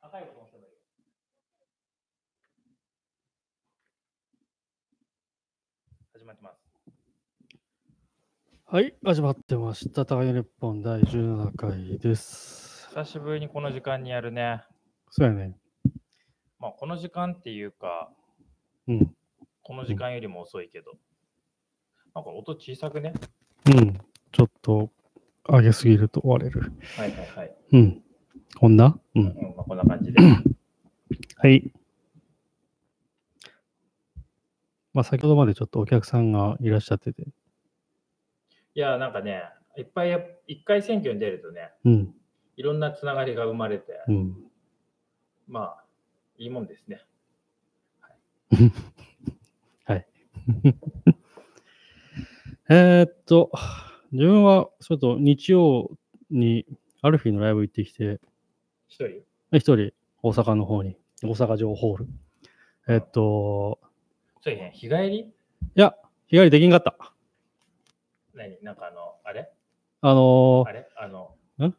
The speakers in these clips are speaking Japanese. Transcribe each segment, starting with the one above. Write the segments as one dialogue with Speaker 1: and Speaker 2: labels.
Speaker 1: 高いボタンを押せばいいよ。始まってます。
Speaker 2: はい、始まってました。高木日本第17回です。
Speaker 1: 久しぶりにこの時間にやるね。
Speaker 2: そうやね。
Speaker 1: まあ、この時間っていうか、
Speaker 2: うん。
Speaker 1: この時間よりも遅いけど。なんか音小さくね。
Speaker 2: うん。ちょっと、上げすぎると追われる。
Speaker 1: はいはいはい。
Speaker 2: うん。こんなうん。
Speaker 1: うんまあ、こんな感じで。
Speaker 2: はい。まあ、先ほどまでちょっとお客さんがいらっしゃってて。
Speaker 1: いや、なんかね、いっぱいや、一回選挙に出るとね、
Speaker 2: うん。
Speaker 1: いろんなつながりが生まれて、
Speaker 2: うん。
Speaker 1: まあ、いいもんですね。
Speaker 2: えーっと、自分は、ちょっと日曜にアルフィーのライブ行ってきて、
Speaker 1: 一人
Speaker 2: 一人、大阪の方に、大阪城ホール。えーっと、
Speaker 1: そうやね、日帰り
Speaker 2: 日帰りできんかった。
Speaker 1: 何なんかあの、あれ
Speaker 2: あの
Speaker 1: あれあの
Speaker 2: ん、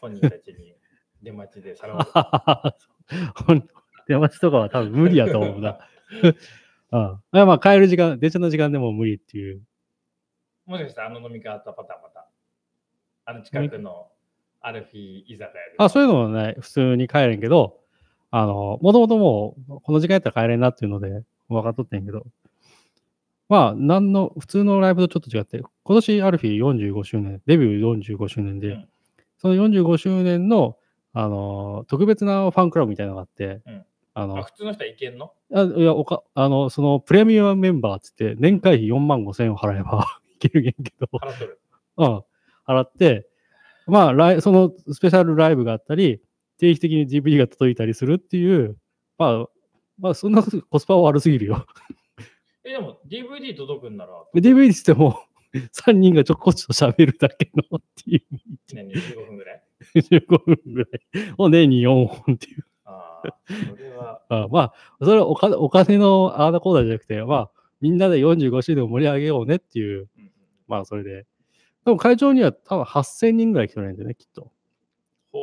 Speaker 1: 本人たちに出待ちでさら われた。
Speaker 2: ー、出待ちとかは多分無理やと思 うな。うん、あまあ、帰る時間、電車の時間でも無理っていう。
Speaker 1: もしかしたらあの飲み会あったパターンまた。あの近くのアルフィー居酒屋で。
Speaker 2: あそういうのはね、普通に帰れんけど、あの、もともともう、この時間やったら帰れんなっていうので、分かっとってんけど、まあ、なんの、普通のライブとちょっと違って、今年アルフィー45周年、デビュー45周年で、
Speaker 1: うん
Speaker 2: その45周年の、あの、特別なファンクラブみたいなのがあって、
Speaker 1: うん
Speaker 2: あの
Speaker 1: あ、普通の人はいけんの
Speaker 2: あいやおかあの、そのプレミアムメンバーっつって、年会費4万5千円を払えば いけるげんけど、
Speaker 1: 払っとる。
Speaker 2: うん、払って、まあライ、そのスペシャルライブがあったり、定期的に DVD が届いたりするっていう、まあ、まあ、そんなコスパは悪すぎるよ。
Speaker 1: え、でも DVD 届くんなら、
Speaker 2: で DVD しても、3人 がちょこちょこ喋るだけの ってい
Speaker 1: 年に15分ぐらい。
Speaker 2: う15分ぐらいを年に4本っていう。
Speaker 1: ああ、それは。
Speaker 2: あまあ、それはお金お金のああだこうだじゃなくて、まあ、みんなで45周年を盛り上げようねっていう
Speaker 1: うんうん
Speaker 2: まあ、それで。でも会場には多分8000人ぐらい来てないんだよね、きっと。
Speaker 1: ほ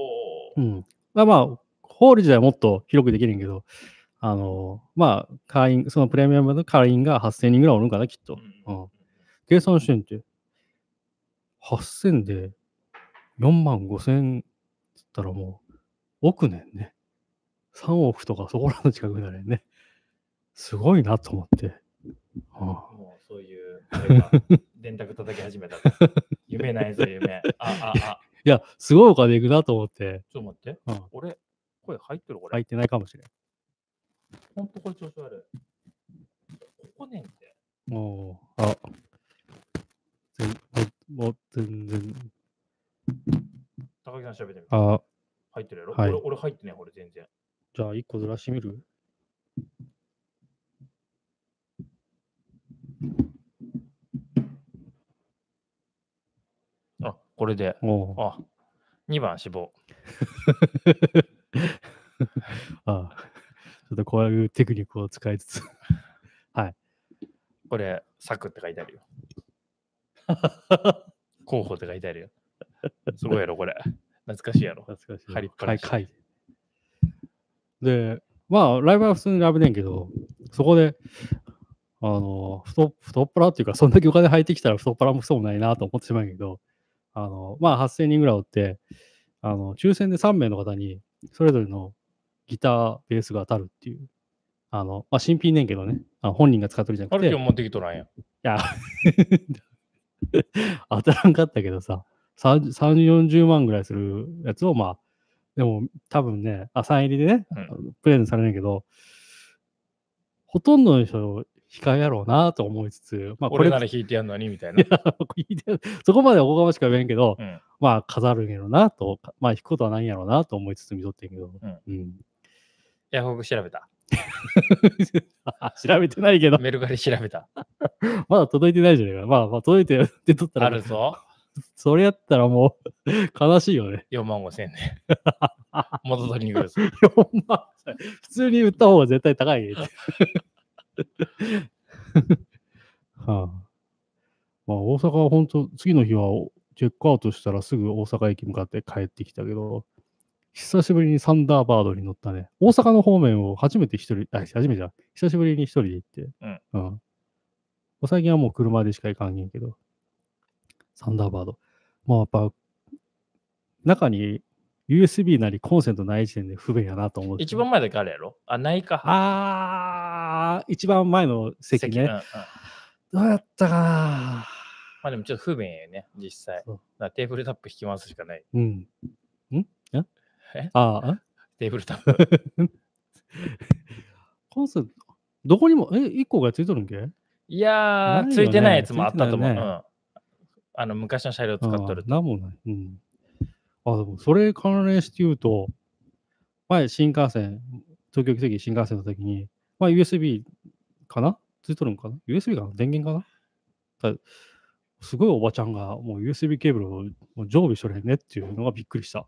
Speaker 1: う。
Speaker 2: ん。まあまあ、ホール自体はもっと広くできるんやけど、あの、まあ、会員、そのプレミアムの会員が8000人ぐらいおるんかな、きっと。
Speaker 1: うんうん
Speaker 2: うん計算してんて、8000で4万5000っつったらもう、億年ね。3億とかそこらの近くだよね。すごいなと思って。うん
Speaker 1: もうそういう、あれが電卓叩き始めたか。夢ないぞ、夢。あ、あ、あ、
Speaker 2: いや、すごいお金いくなと思って、
Speaker 1: ちょっと待って。
Speaker 2: うん
Speaker 1: 俺、声入ってるこれ。
Speaker 2: 入ってないかもしれん。
Speaker 1: ほんとこれ調子悪い。ここねんって。
Speaker 2: もう、あ、全もうもう全然、
Speaker 1: 高木さん喋ってみて。
Speaker 2: あ、
Speaker 1: 入ってるやろ、
Speaker 2: はい
Speaker 1: 俺俺入ってね、俺全然。
Speaker 2: じゃあ一個ずらしてみる
Speaker 1: あ、これで。
Speaker 2: おう
Speaker 1: あ、2番死亡。
Speaker 2: あ、 ちょっとこういうテクニックを使いつつ。
Speaker 1: これ、クって書いてあ るよ。候補って書いてあるよ。すごいやろ、これ。懐かしいやろ。
Speaker 2: 懐かしい。
Speaker 1: 張りっぱなし
Speaker 2: かいかいで、まあ、ライブは普通にライブねんけど、そこで、あの、太太っ腹っていうか、そんだけお金入ってきたら太っ腹もそうもないなと思ってしまうんやけど、あの、まあ、8000人ぐらいおって、あの、抽選で3名の方に、それぞれのギター、ベースが当たるっていう、あの、まあ、新品ねんけどね、あの本人が使ってるじゃな
Speaker 1: あ
Speaker 2: く
Speaker 1: る
Speaker 2: て
Speaker 1: 今、日持ってきとらんやん。
Speaker 2: いや、当たらんかったけどさ、30 30、40万ぐらいするやつを、まあ、でも多分ね、あ、3入りでね、
Speaker 1: うん
Speaker 2: プレゼントされるんやけど、ほとんどの人、控えやろうなと思いつつ、まあ、こ
Speaker 1: 俺
Speaker 2: れ
Speaker 1: な ら弾いてやんのにみたいな。
Speaker 2: そこまでおこがましくは言えんけど、
Speaker 1: うん
Speaker 2: まあ、飾るんやろうなと、まあ、弾くことはないんやろうなと思いつつ見とってんけど、
Speaker 1: うん
Speaker 2: うん、
Speaker 1: ヤフオク調べた。
Speaker 2: 調べてないけど、
Speaker 1: メルカリ調べ た。
Speaker 2: まだ届いてないじゃねえか。まあ、まあ、届いて、出とった
Speaker 1: あ
Speaker 2: ら
Speaker 1: る、ぞ。
Speaker 2: それやったらもう、悲しいよね。
Speaker 1: 4万5千円 で。元取りに来るぞ。
Speaker 2: 4万普通に売った方が絶対高い。 はあ、まあ大阪は本当、次の日はチェックアウトしたらすぐ大阪駅向かって帰ってきたけど、久しぶりにサンダーバードに乗ったね。大阪の方面を初めて一人、あ、初めてじゃん。久しぶりに一人で行って。
Speaker 1: うん。
Speaker 2: うん。最近はもう車でしか行かんげんけど。サンダーバード。まあやっぱ、中に USB なりコンセントない時点で不便やなと思って。
Speaker 1: 一番前だけあれやろあ、ないか。
Speaker 2: あー、一番前の席
Speaker 1: うんうん
Speaker 2: ね。
Speaker 1: ま
Speaker 2: どうやったかな
Speaker 1: あでもちょっと不便やね、実際。だ
Speaker 2: そう
Speaker 1: からテーブルタップ引き回すしか ない。
Speaker 2: うん。んん
Speaker 1: え
Speaker 2: ああ、
Speaker 1: テーブルタ ップ。
Speaker 2: コンセント、どこにも、え、1個がついとるんけ
Speaker 1: いやー、
Speaker 2: ないよね
Speaker 1: ついてないやつもあったと思う。
Speaker 2: ついてないよ
Speaker 1: うんあの昔の車両使っとる
Speaker 2: ああなんもない。うん。あ、でも、それ関連して言うと、前、新幹線、東京行くとき新幹線の時に、まあ、USB かなついとるんかな ?USB かな電源かなたすごいおばちゃんが、もう USB ケーブルをもう常備しとれへんねっていうのがびっくり した。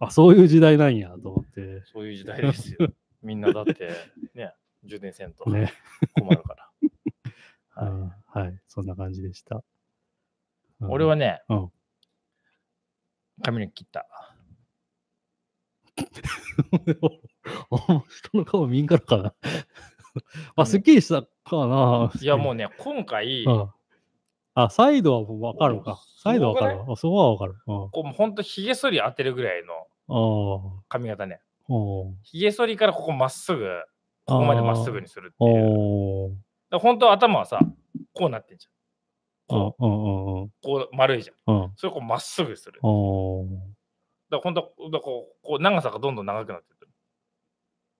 Speaker 2: あ、そういう時代なんやと思って。
Speaker 1: そういう時代です よ。みんなだって、ね、充電せんと困
Speaker 2: ね。
Speaker 1: る から。
Speaker 2: う
Speaker 1: はい
Speaker 2: んはい。そんな感じでした。うん
Speaker 1: 俺は、ね
Speaker 2: うん、
Speaker 1: 髪の毛切った。
Speaker 2: あ人の顔見んからかな。あ、すっきりしたかな。
Speaker 1: いや、もうね、今回、
Speaker 2: う
Speaker 1: こ
Speaker 2: ん。あ、サイドはもう分かるか。
Speaker 1: そう
Speaker 2: サイドは分かる
Speaker 1: そ
Speaker 2: わ。あそこは分かる。うん。あ
Speaker 1: うもうほんとひげ剃り当てるぐらいの髪型ね。
Speaker 2: あ。お
Speaker 1: ひげ剃りからここまっすぐ、ここまでまっすぐにするっていう。だか
Speaker 2: お。
Speaker 1: ら本当は頭はさ、こうなってんじゃん。
Speaker 2: うん
Speaker 1: こ
Speaker 2: うんうんうん
Speaker 1: う、こう丸いじゃん。
Speaker 2: うん。
Speaker 1: それをこうまっすぐにする。だか
Speaker 2: おー
Speaker 1: ら本当はだからこう、こう長さがどんどん長くなってくる。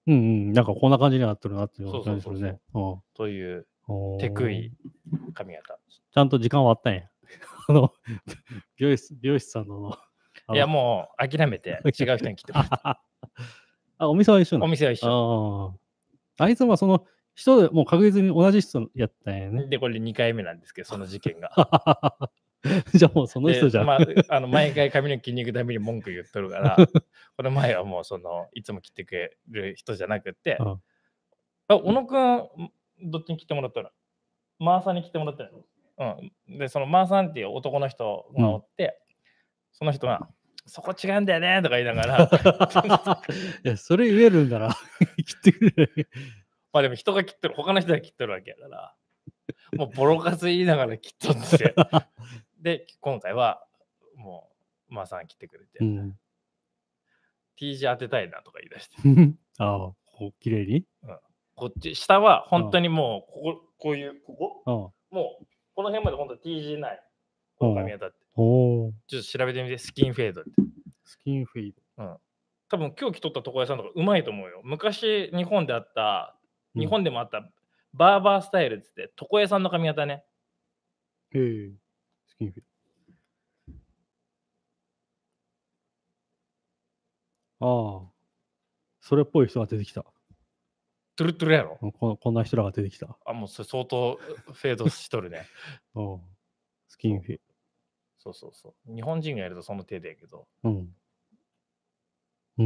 Speaker 2: うんうん。なんかこんな感じになってるなっていう
Speaker 1: そうそ
Speaker 2: 感
Speaker 1: う
Speaker 2: じす
Speaker 1: そうそう
Speaker 2: るね。うん
Speaker 1: という、
Speaker 2: おー
Speaker 1: テクい髪型。
Speaker 2: ちゃんと時間はあったんや。あの、美容室、美容師さんの。あの
Speaker 1: いや、もう諦めて、違う人に切ってもらった。
Speaker 2: あ、お店は一緒な
Speaker 1: お
Speaker 2: の
Speaker 1: 店は一緒。
Speaker 2: ああ。あいつはその、人でもう確実に同じ人やったんやね。
Speaker 1: で、これ2回目なんですけど、その事件が。
Speaker 2: じゃあも うその人
Speaker 1: で
Speaker 2: じゃん。
Speaker 1: まあ、あの毎回髪の毛に行くために文句言っとる から、この前はもうそのいつも切ってくれる人じゃなくて、
Speaker 2: うん
Speaker 1: あ小野くん、どっちに切ってもらったのマーさんに切ってもらったの、うん、で、そのマーさんっていう男の人がおって、その人が、そこ違うんだよねとか言いながら、
Speaker 2: いや、それ言えるんなら、 切ってくれる。
Speaker 1: まあでも人が切ってる、他の人が切ってるわけやから、もうボロカス言いながら切っとって、 で、今回はもうマーさん切ってくれて。T 字当てたいなとか言い出して、
Speaker 2: うん。 ああ、こう、綺麗に。
Speaker 1: こっち、下は本当にもう、ここ、こういう、ここ、
Speaker 2: ああ
Speaker 1: もう、この辺まで本当 T 字ない。この髪型って。
Speaker 2: おー
Speaker 1: ちょっと調べてみて、スキンフェードって。
Speaker 2: スキンフィード。
Speaker 1: 多分今日着とった床屋さんとかうまいと思うよ。昔、日本であった、
Speaker 2: うん
Speaker 1: 日本でもあった、バーバースタイルっつって、床屋さんの髪型ね。
Speaker 2: へえ。スキンフィード。ああ。それっぽい人が出てきた。
Speaker 1: トゥルトゥルやろ。
Speaker 2: ここんな人らが出てきた。
Speaker 1: あ、もうそれ相当フェードしとるね。
Speaker 2: うんスキンフィー
Speaker 1: そうそうそう。日本人がやるとその程度やけど、
Speaker 2: ド。うん。うー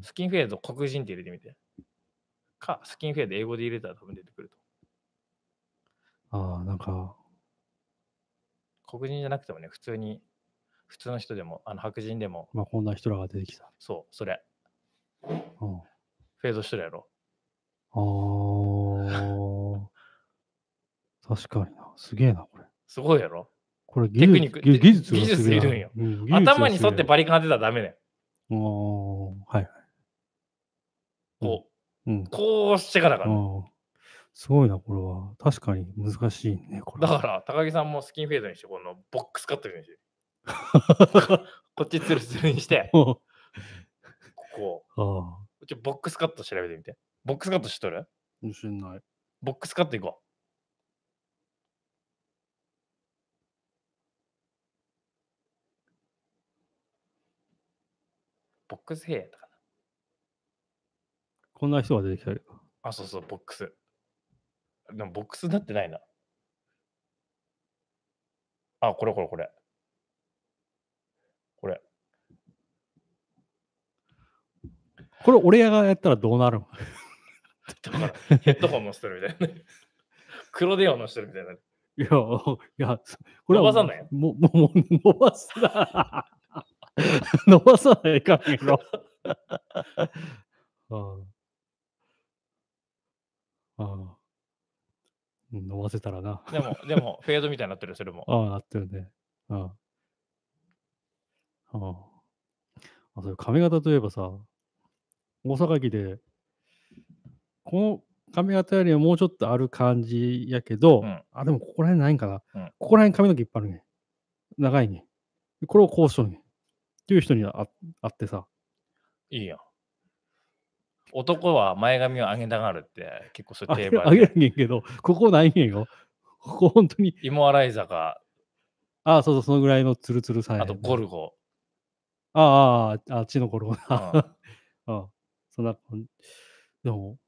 Speaker 2: ん。
Speaker 1: スキンフェード黒人って入れてみて。か、スキンフェード英語で入れたら多分出てくると思う。
Speaker 2: ああ、なんか、
Speaker 1: 黒人じゃなくてもね、普通に、普通の人でも、あの白人でも、
Speaker 2: まあ、こんな人らが出てきた。
Speaker 1: そう、それ、
Speaker 2: うん。
Speaker 1: フェードしてるやろ。
Speaker 2: あー確かにな。すげえな、これ。
Speaker 1: すごいやろ。
Speaker 2: これ技
Speaker 1: テ
Speaker 2: 術
Speaker 1: クニック
Speaker 2: 技技術が
Speaker 1: 技術
Speaker 2: すげえな。
Speaker 1: いるんよ
Speaker 2: うん技術が
Speaker 1: 頭に沿って
Speaker 2: す
Speaker 1: バリカン当てたらダメだよ。
Speaker 2: げえなおーはい。
Speaker 1: こ
Speaker 2: うん
Speaker 1: う、。こうしてからか
Speaker 2: あ
Speaker 1: ら。
Speaker 2: ーすごいな、これは。確かに難しいね、これ。
Speaker 1: だから、高木さんもスキンフェードにして、このボックスカットにして、 こっちツルツルにして、
Speaker 2: お
Speaker 1: ここ、
Speaker 2: ああ
Speaker 1: ちょボックスカット調べてみて。ボックスカットしとる
Speaker 2: ー。もしんない。
Speaker 1: ボックスカットいこう。ボックスヘアやったかな。
Speaker 2: こんな人が出てきたり。
Speaker 1: あ、そうそう、ボックス。でも、ボックスになってないな。あ、これこれこ れ。これ。
Speaker 2: これ、俺がやったらどうなるの
Speaker 1: だから、ヘッドホンのしてるみたいな。黒電話のしてるみたいな。
Speaker 2: いや、いや、これ
Speaker 1: 伸
Speaker 2: は。
Speaker 1: ばさない
Speaker 2: もう、もう、もう伸ばすな。 伸ばさないかんや ろ。ああ。ああ。うん伸ばせたらな。
Speaker 1: でも、でも、フェードみたいになってる、それも。
Speaker 2: ああ、なってるね。うん。ああ。あ、それ髪型といえばさ、大阪駅で、この髪型よりはもうちょっとある感じやけど、
Speaker 1: うん
Speaker 2: あ、でもここら辺ないんかな。
Speaker 1: うん
Speaker 2: ここら辺髪の毛いっぱいあるね。長いね。これをこうしとんね。っていう人にあ会ってさ、
Speaker 1: いいやん。男は前髪を上げたがるって、結構そうい
Speaker 2: あ
Speaker 1: う
Speaker 2: げ
Speaker 1: 定
Speaker 2: るあ
Speaker 1: 番
Speaker 2: げ
Speaker 1: で
Speaker 2: る。んやけど、ここないんやよ。ここ本当に、
Speaker 1: 芋洗い坂、
Speaker 2: ああ、そうそう、そのぐらいのツルツルさんや
Speaker 1: あ
Speaker 2: ね
Speaker 1: とゴルゴ。
Speaker 2: ああああ、あっちの頃
Speaker 1: う
Speaker 2: な。
Speaker 1: ん
Speaker 2: あそんな感じ。でも、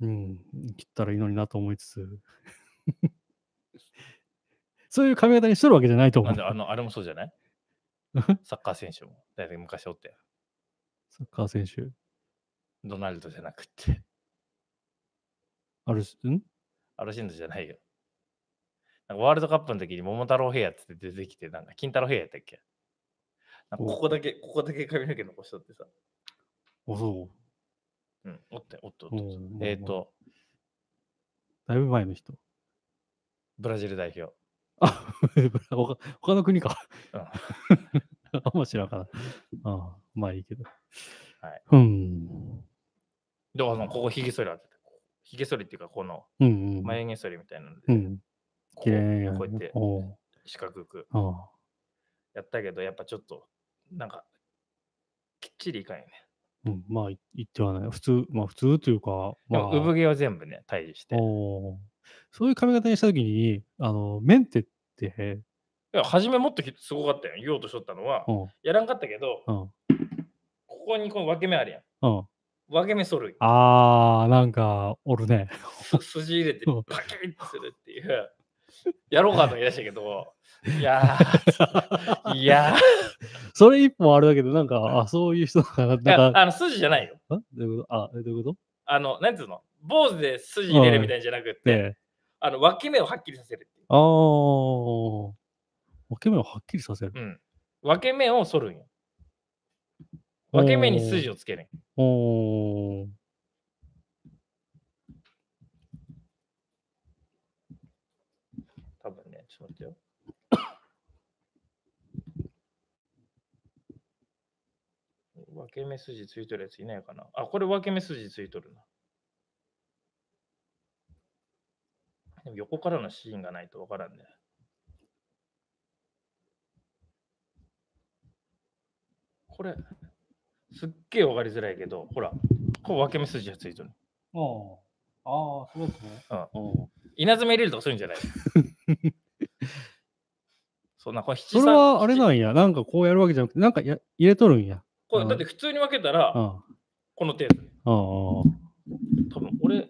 Speaker 2: うん、切ったらいいのになと思いつつ。 そういう髪型にしとるわけじゃ ないと思
Speaker 1: な
Speaker 2: うん
Speaker 1: で。あの、あれもそうじゃないサッカー選手も。だいたい昔おって。
Speaker 2: サッカー選手。
Speaker 1: ドナルドじゃなくって。
Speaker 2: あるし、ん
Speaker 1: アルシンドじゃないよ。なんかワールドカップの時に桃太郎ヘアっつって出てきて、なんか金太郎ヘアやったっけなんかここだけ、ここだけ髪の毛残しとってさ。
Speaker 2: おそ
Speaker 1: うん、おって、おっと、おっと。
Speaker 2: うん。
Speaker 1: えっ、
Speaker 2: まあまあ。
Speaker 1: と、
Speaker 2: だいぶ前の人。
Speaker 1: ブラジル代表。
Speaker 2: あ、他他の国か。
Speaker 1: うん
Speaker 2: あんま知らんから。ああまあいいけど。
Speaker 1: はい。
Speaker 2: うん。
Speaker 1: で、あの、ここひげ剃りあってた。ひげ剃りっていうか、この
Speaker 2: うんうん。
Speaker 1: 眉毛剃りみたいなので、
Speaker 2: うん。
Speaker 1: こ
Speaker 2: 綺麗や
Speaker 1: うこうやって
Speaker 2: おう
Speaker 1: 四角く
Speaker 2: ああ。
Speaker 1: やったけど、やっぱちょっと、なんか、きっちりいかんよね。
Speaker 2: うん、まあ、い言ってはない。普通、まあ、普通というか、ま
Speaker 1: で
Speaker 2: あ
Speaker 1: も、、産毛は全部ね、退治して。い
Speaker 2: おーそういう髪型にしたときに、あの、メンテって、
Speaker 1: や、初めもっとひすごかったよ。言おうとしとったのは
Speaker 2: う、ん、うん、
Speaker 1: やらんかったけど、
Speaker 2: うん。
Speaker 1: ここにこの分け目あるやん。
Speaker 2: あ
Speaker 1: 分け目剃る。
Speaker 2: あー、なんか、おるね。
Speaker 1: す筋入れて、
Speaker 2: うん
Speaker 1: パキッとするっていう。やろうかと言い出したけ ど、いやー、いや
Speaker 2: それ一本あれだけど、なんか、あ、そういう人だから、
Speaker 1: ー、いや
Speaker 2: なんか、
Speaker 1: あの筋じゃないよ。
Speaker 2: んどういうことあ、えどういうこと
Speaker 1: あの、なんつうの坊主で筋入れるみたいなんじゃなくって、
Speaker 2: で、
Speaker 1: あの、脇目をはっきりさせるっていう。
Speaker 2: あー、分け目をはっきりさせる。
Speaker 1: うん。分け目を剃るんよ。分け目に筋をつけるんよ
Speaker 2: おー。
Speaker 1: 多分ね、ちょっと待ってよ。分け目筋ついとるやついないかなあ、これ分け目筋ついとるな。でも横からのシーンがないと分からんね。これ、すっげえ分かりづらいけど、ほら、こう分け目筋がついとる。
Speaker 2: あー、あー、そうですね。うん。
Speaker 1: 稲妻入れるとかそういうん じゃない。そんな、これ
Speaker 2: そ
Speaker 1: 七
Speaker 2: れ
Speaker 1: 三
Speaker 2: はあれなんや。なんかこうやるわけじゃなくて、なんかや入れとるんや。
Speaker 1: これ
Speaker 2: うん
Speaker 1: だって普通に分けた
Speaker 2: う
Speaker 1: ら、
Speaker 2: ん。
Speaker 1: この程
Speaker 2: ああ。
Speaker 1: 度。多分俺、え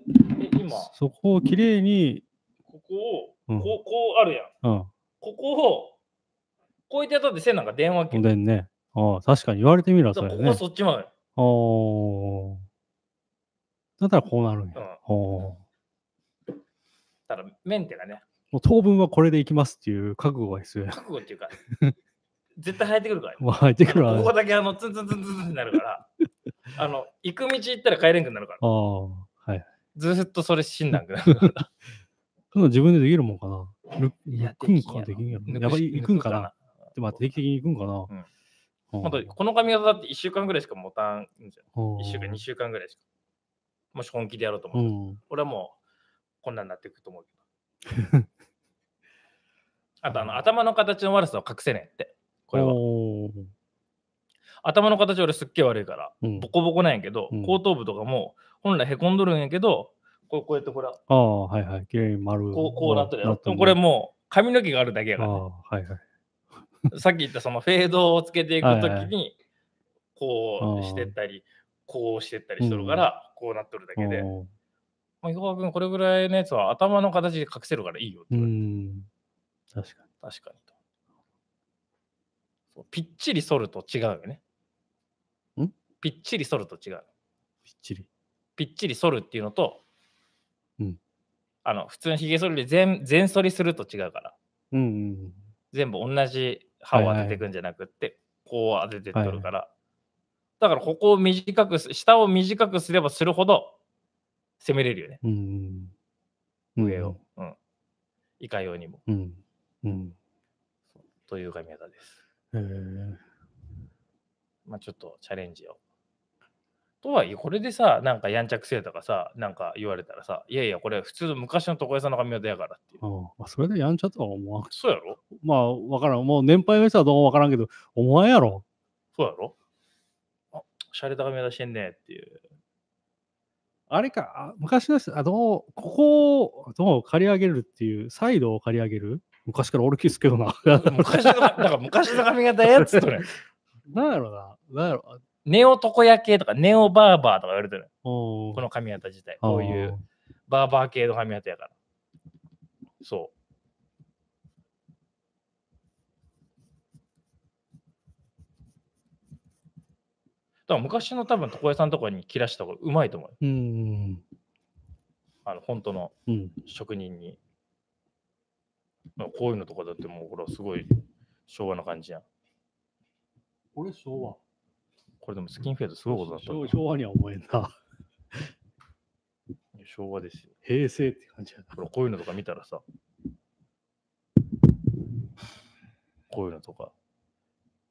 Speaker 1: 今、
Speaker 2: そこをきれいに、
Speaker 1: ここを、
Speaker 2: うん
Speaker 1: こう、こうあるやん。
Speaker 2: うん、
Speaker 1: ここを、こうやってやったって線なんか電話
Speaker 2: ほ
Speaker 1: け
Speaker 2: ん
Speaker 1: だか
Speaker 2: でんね。ああ、確かに言われてみればそう
Speaker 1: ら
Speaker 2: や
Speaker 1: こ
Speaker 2: ね。
Speaker 1: こはそっちまで。
Speaker 2: おだったらこうなるん
Speaker 1: う
Speaker 2: や。
Speaker 1: ん。
Speaker 2: お
Speaker 1: ただ、メンテがね、
Speaker 2: もう当分はこれでいきますっていう覚悟が必要や。
Speaker 1: 覚悟っていうか、絶対生えてくるから。
Speaker 2: まあ、入ってくるわ
Speaker 1: こ
Speaker 2: ね
Speaker 1: こだけあの、ツンツンツンツンってなる から、あの、行く道行ったら帰れんくなるから。
Speaker 2: ああ、はい。
Speaker 1: ずーっとそれ診断くなるから。
Speaker 2: そんな自分でできるもんかな。ぬ
Speaker 1: いや
Speaker 2: 抜くんか、
Speaker 1: で
Speaker 2: でき
Speaker 1: き
Speaker 2: ん
Speaker 1: ん
Speaker 2: や
Speaker 1: や
Speaker 2: ろ
Speaker 1: ろ。
Speaker 2: やっぱり行くんか
Speaker 1: 抜
Speaker 2: な。でも、定期的に行くんかな。うん
Speaker 1: 本当にこの髪型だって1週間ぐらいしか持たんじゃ
Speaker 2: うん
Speaker 1: ん。1週間、2週間ぐらいしか。もし本気でやろうと
Speaker 2: う
Speaker 1: 思う。
Speaker 2: ん。
Speaker 1: 俺はもう、こんなになっていくと思うけど。 あと、あの、頭の形の悪さを隠せねえって。これは。
Speaker 2: おー
Speaker 1: 頭の形俺すっげえ悪いから、
Speaker 2: うん
Speaker 1: ボコボコなんやけど、
Speaker 2: うん
Speaker 1: 後頭部とかも本来へこんどるんやけど、こうこうやってほら、
Speaker 2: ああ、はいはい。きれいに丸。
Speaker 1: こうこうなってるやろ。で
Speaker 2: る
Speaker 1: もこれもう髪の毛があるだけや
Speaker 2: あ
Speaker 1: からね、
Speaker 2: あ、はいはい。
Speaker 1: さっき言ったそのフェードをつけていくとき
Speaker 2: はいは
Speaker 1: に、こうしてったり、こうしてったりしとるから、こうなっとるだけで、
Speaker 2: おー
Speaker 1: まあ、伊沢君、これぐらいのやつは頭の形で隠せるからいいよって
Speaker 2: う
Speaker 1: 言われて、
Speaker 2: ん。確かに。
Speaker 1: 確かにとそう。ぴっちり剃ると違うよね。
Speaker 2: ん
Speaker 1: ぴっちり剃ると違う。
Speaker 2: ぴっちり。
Speaker 1: ぴっちり剃るっていうのと、
Speaker 2: うん
Speaker 1: あの普通のひげ剃りで全全剃りすると違うから、
Speaker 2: うんうんうん。
Speaker 1: 全部同じ刃を当てていくんじゃなくって、こを当ててっとるから、だからここを短くす、下を短くすればするほど攻めれるよね、
Speaker 2: うん。
Speaker 1: 上を。うん。いかようにも。
Speaker 2: うん。うん。
Speaker 1: という髪型です。
Speaker 2: えー
Speaker 1: まあちょっとチャレンジを。とはいえ、これでさ、なんかやんちゃくせえとかさ、なんか言われたらさ、いやいや、これ普通の昔の床屋さんの髪型やからっていう。
Speaker 2: ああ、それでやんちゃとは思わん。
Speaker 1: そうやろ
Speaker 2: まあ、わからん。もう年配の人はどうもわからんけど、思わんやろ。
Speaker 1: そうやろあ、洒落た髪型してんねっていう。
Speaker 2: あれか、あ昔の人、あどう、ここをどう借り上げるっていう、サイドを借り上げる昔から俺気すけどな。
Speaker 1: 昔の、 なんか昔の髪型やつとね、
Speaker 2: なんやろな。なんやろ。
Speaker 1: ネオ床屋系とかネオバーバーとか言われてる。
Speaker 2: こ
Speaker 1: この髪型自体、こういう。バーバー系の髪型やから。そう。だから昔の多分床屋さんとかに切らした方がうまいと思うよ。
Speaker 2: うん。
Speaker 1: あの本当の
Speaker 2: うん。
Speaker 1: 職人に。まあこういうのとかだってもうほらすごい昭和な感じやん。
Speaker 2: これ昭和。
Speaker 1: これでもスキンフェードすごいことだったん
Speaker 2: 昭
Speaker 1: だ
Speaker 2: 昭和には思えんな。
Speaker 1: 昭和ですよ。
Speaker 2: 平成って感じやな。
Speaker 1: ほらこういうのとか見たらさ。こういうのとか。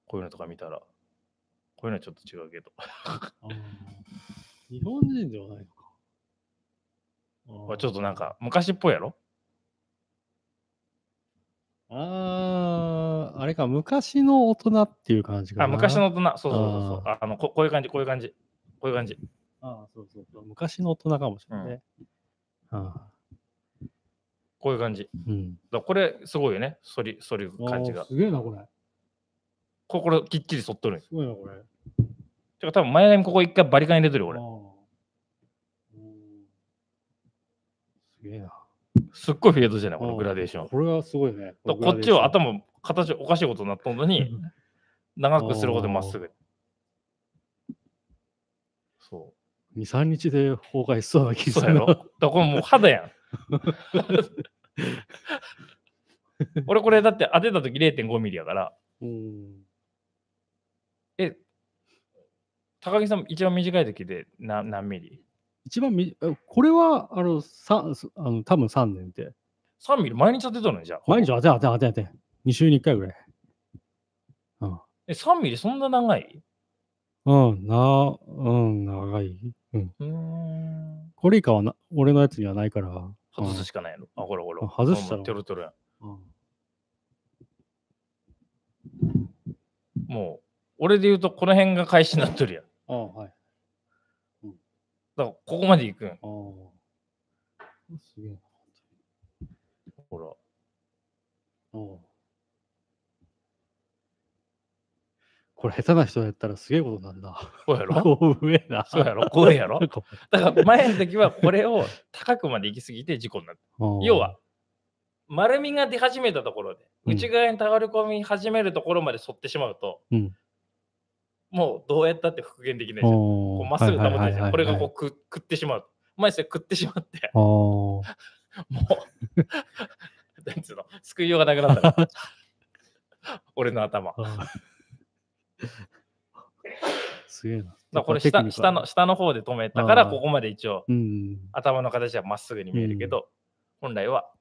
Speaker 1: こういうのとか見たら。こういうのはちょっと違うけど。
Speaker 2: 日本人ではないのか。
Speaker 1: まあちょっとなんか昔っぽいやろ
Speaker 2: ああ、あれか、昔の大人っていう感じかな。
Speaker 1: あ、昔の大人。そうそうそうそう
Speaker 2: あ
Speaker 1: ああのこ。こういう感じ、こういう感じ。こういう感じ。
Speaker 2: ああそうそうそう。昔の大人かもしれないね。あ
Speaker 1: こういう感じ。だか
Speaker 2: あうん。
Speaker 1: らこれすごいよね。反り、反る感じ
Speaker 2: ああ
Speaker 1: が。
Speaker 2: すげえな、これ。
Speaker 1: これ、これきっちり反っとるんよ
Speaker 2: すごいな、これ。
Speaker 1: てか多分前髪ここ一回バリカン入れてるよ、
Speaker 2: あ
Speaker 1: 俺
Speaker 2: あ。うんすげえな。
Speaker 1: すっごいフィードじゃない、このグラデーション。だか
Speaker 2: これはすごいね。
Speaker 1: らこっちは頭、形おかしいことになったのに、長くすることでまっすぐ。そ
Speaker 2: 2、3日で崩壊しそうな気
Speaker 1: う。
Speaker 2: が
Speaker 1: そ
Speaker 2: す
Speaker 1: うや
Speaker 2: るな
Speaker 1: ろだからこれもう肌や ん。俺これだって当てた時0.5ミリやから、
Speaker 2: うん。
Speaker 1: え、高木さん一番短い時で何何ミリ
Speaker 2: 一番み、えこれは、あの、さすあの多分3年って。
Speaker 1: ?3 ミリ毎日当てとるんじゃん。
Speaker 2: 毎日当て当て当て当て。2週に1回ぐらい。
Speaker 1: え、3ミリそんな長い
Speaker 2: うん、な、うん、長い。うん。
Speaker 1: うーん。
Speaker 2: これ以下はな、俺のやつにはないから。うん
Speaker 1: 外すしかないの。あ、ほらほら。
Speaker 2: あ外したの
Speaker 1: もうトロトロやん。もう、俺で言うとこの辺が開始になっとるやん。
Speaker 2: ああ、はい。
Speaker 1: だからここまで行くん。
Speaker 2: ああ。すげえな。
Speaker 1: ほら。
Speaker 2: おうこれ下手な人やったらすげえことになるな。
Speaker 1: こうや ろ
Speaker 2: こう上な。
Speaker 1: そうやろこうやろ
Speaker 2: なんか
Speaker 1: だから前の時はこれを高くまで行き過ぎて事故になった。要は、、丸みが出始めたところで、
Speaker 2: うん
Speaker 1: 内側に倒れ込み始めるところまで反ってしまうと、
Speaker 2: うん
Speaker 1: もうどうやったって復元できないじゃん。こ
Speaker 2: こ
Speaker 1: うまっすぐ保てないじゃん。これが
Speaker 2: こ
Speaker 1: こうく食ってしまう。前にそれ食ってしまって、
Speaker 2: う。あ
Speaker 1: もう、 なんつうの、救いようがなくなっ たから。俺の頭。だか
Speaker 2: あ ああ。すげえな。
Speaker 1: らこれ
Speaker 2: やっぱ
Speaker 1: 下
Speaker 2: テクニックあ
Speaker 1: 下
Speaker 2: る
Speaker 1: の、下の方で止めたから、
Speaker 2: あー
Speaker 1: ここまで一応
Speaker 2: うん。
Speaker 1: 頭の形はまっすぐに見えるけど、本来は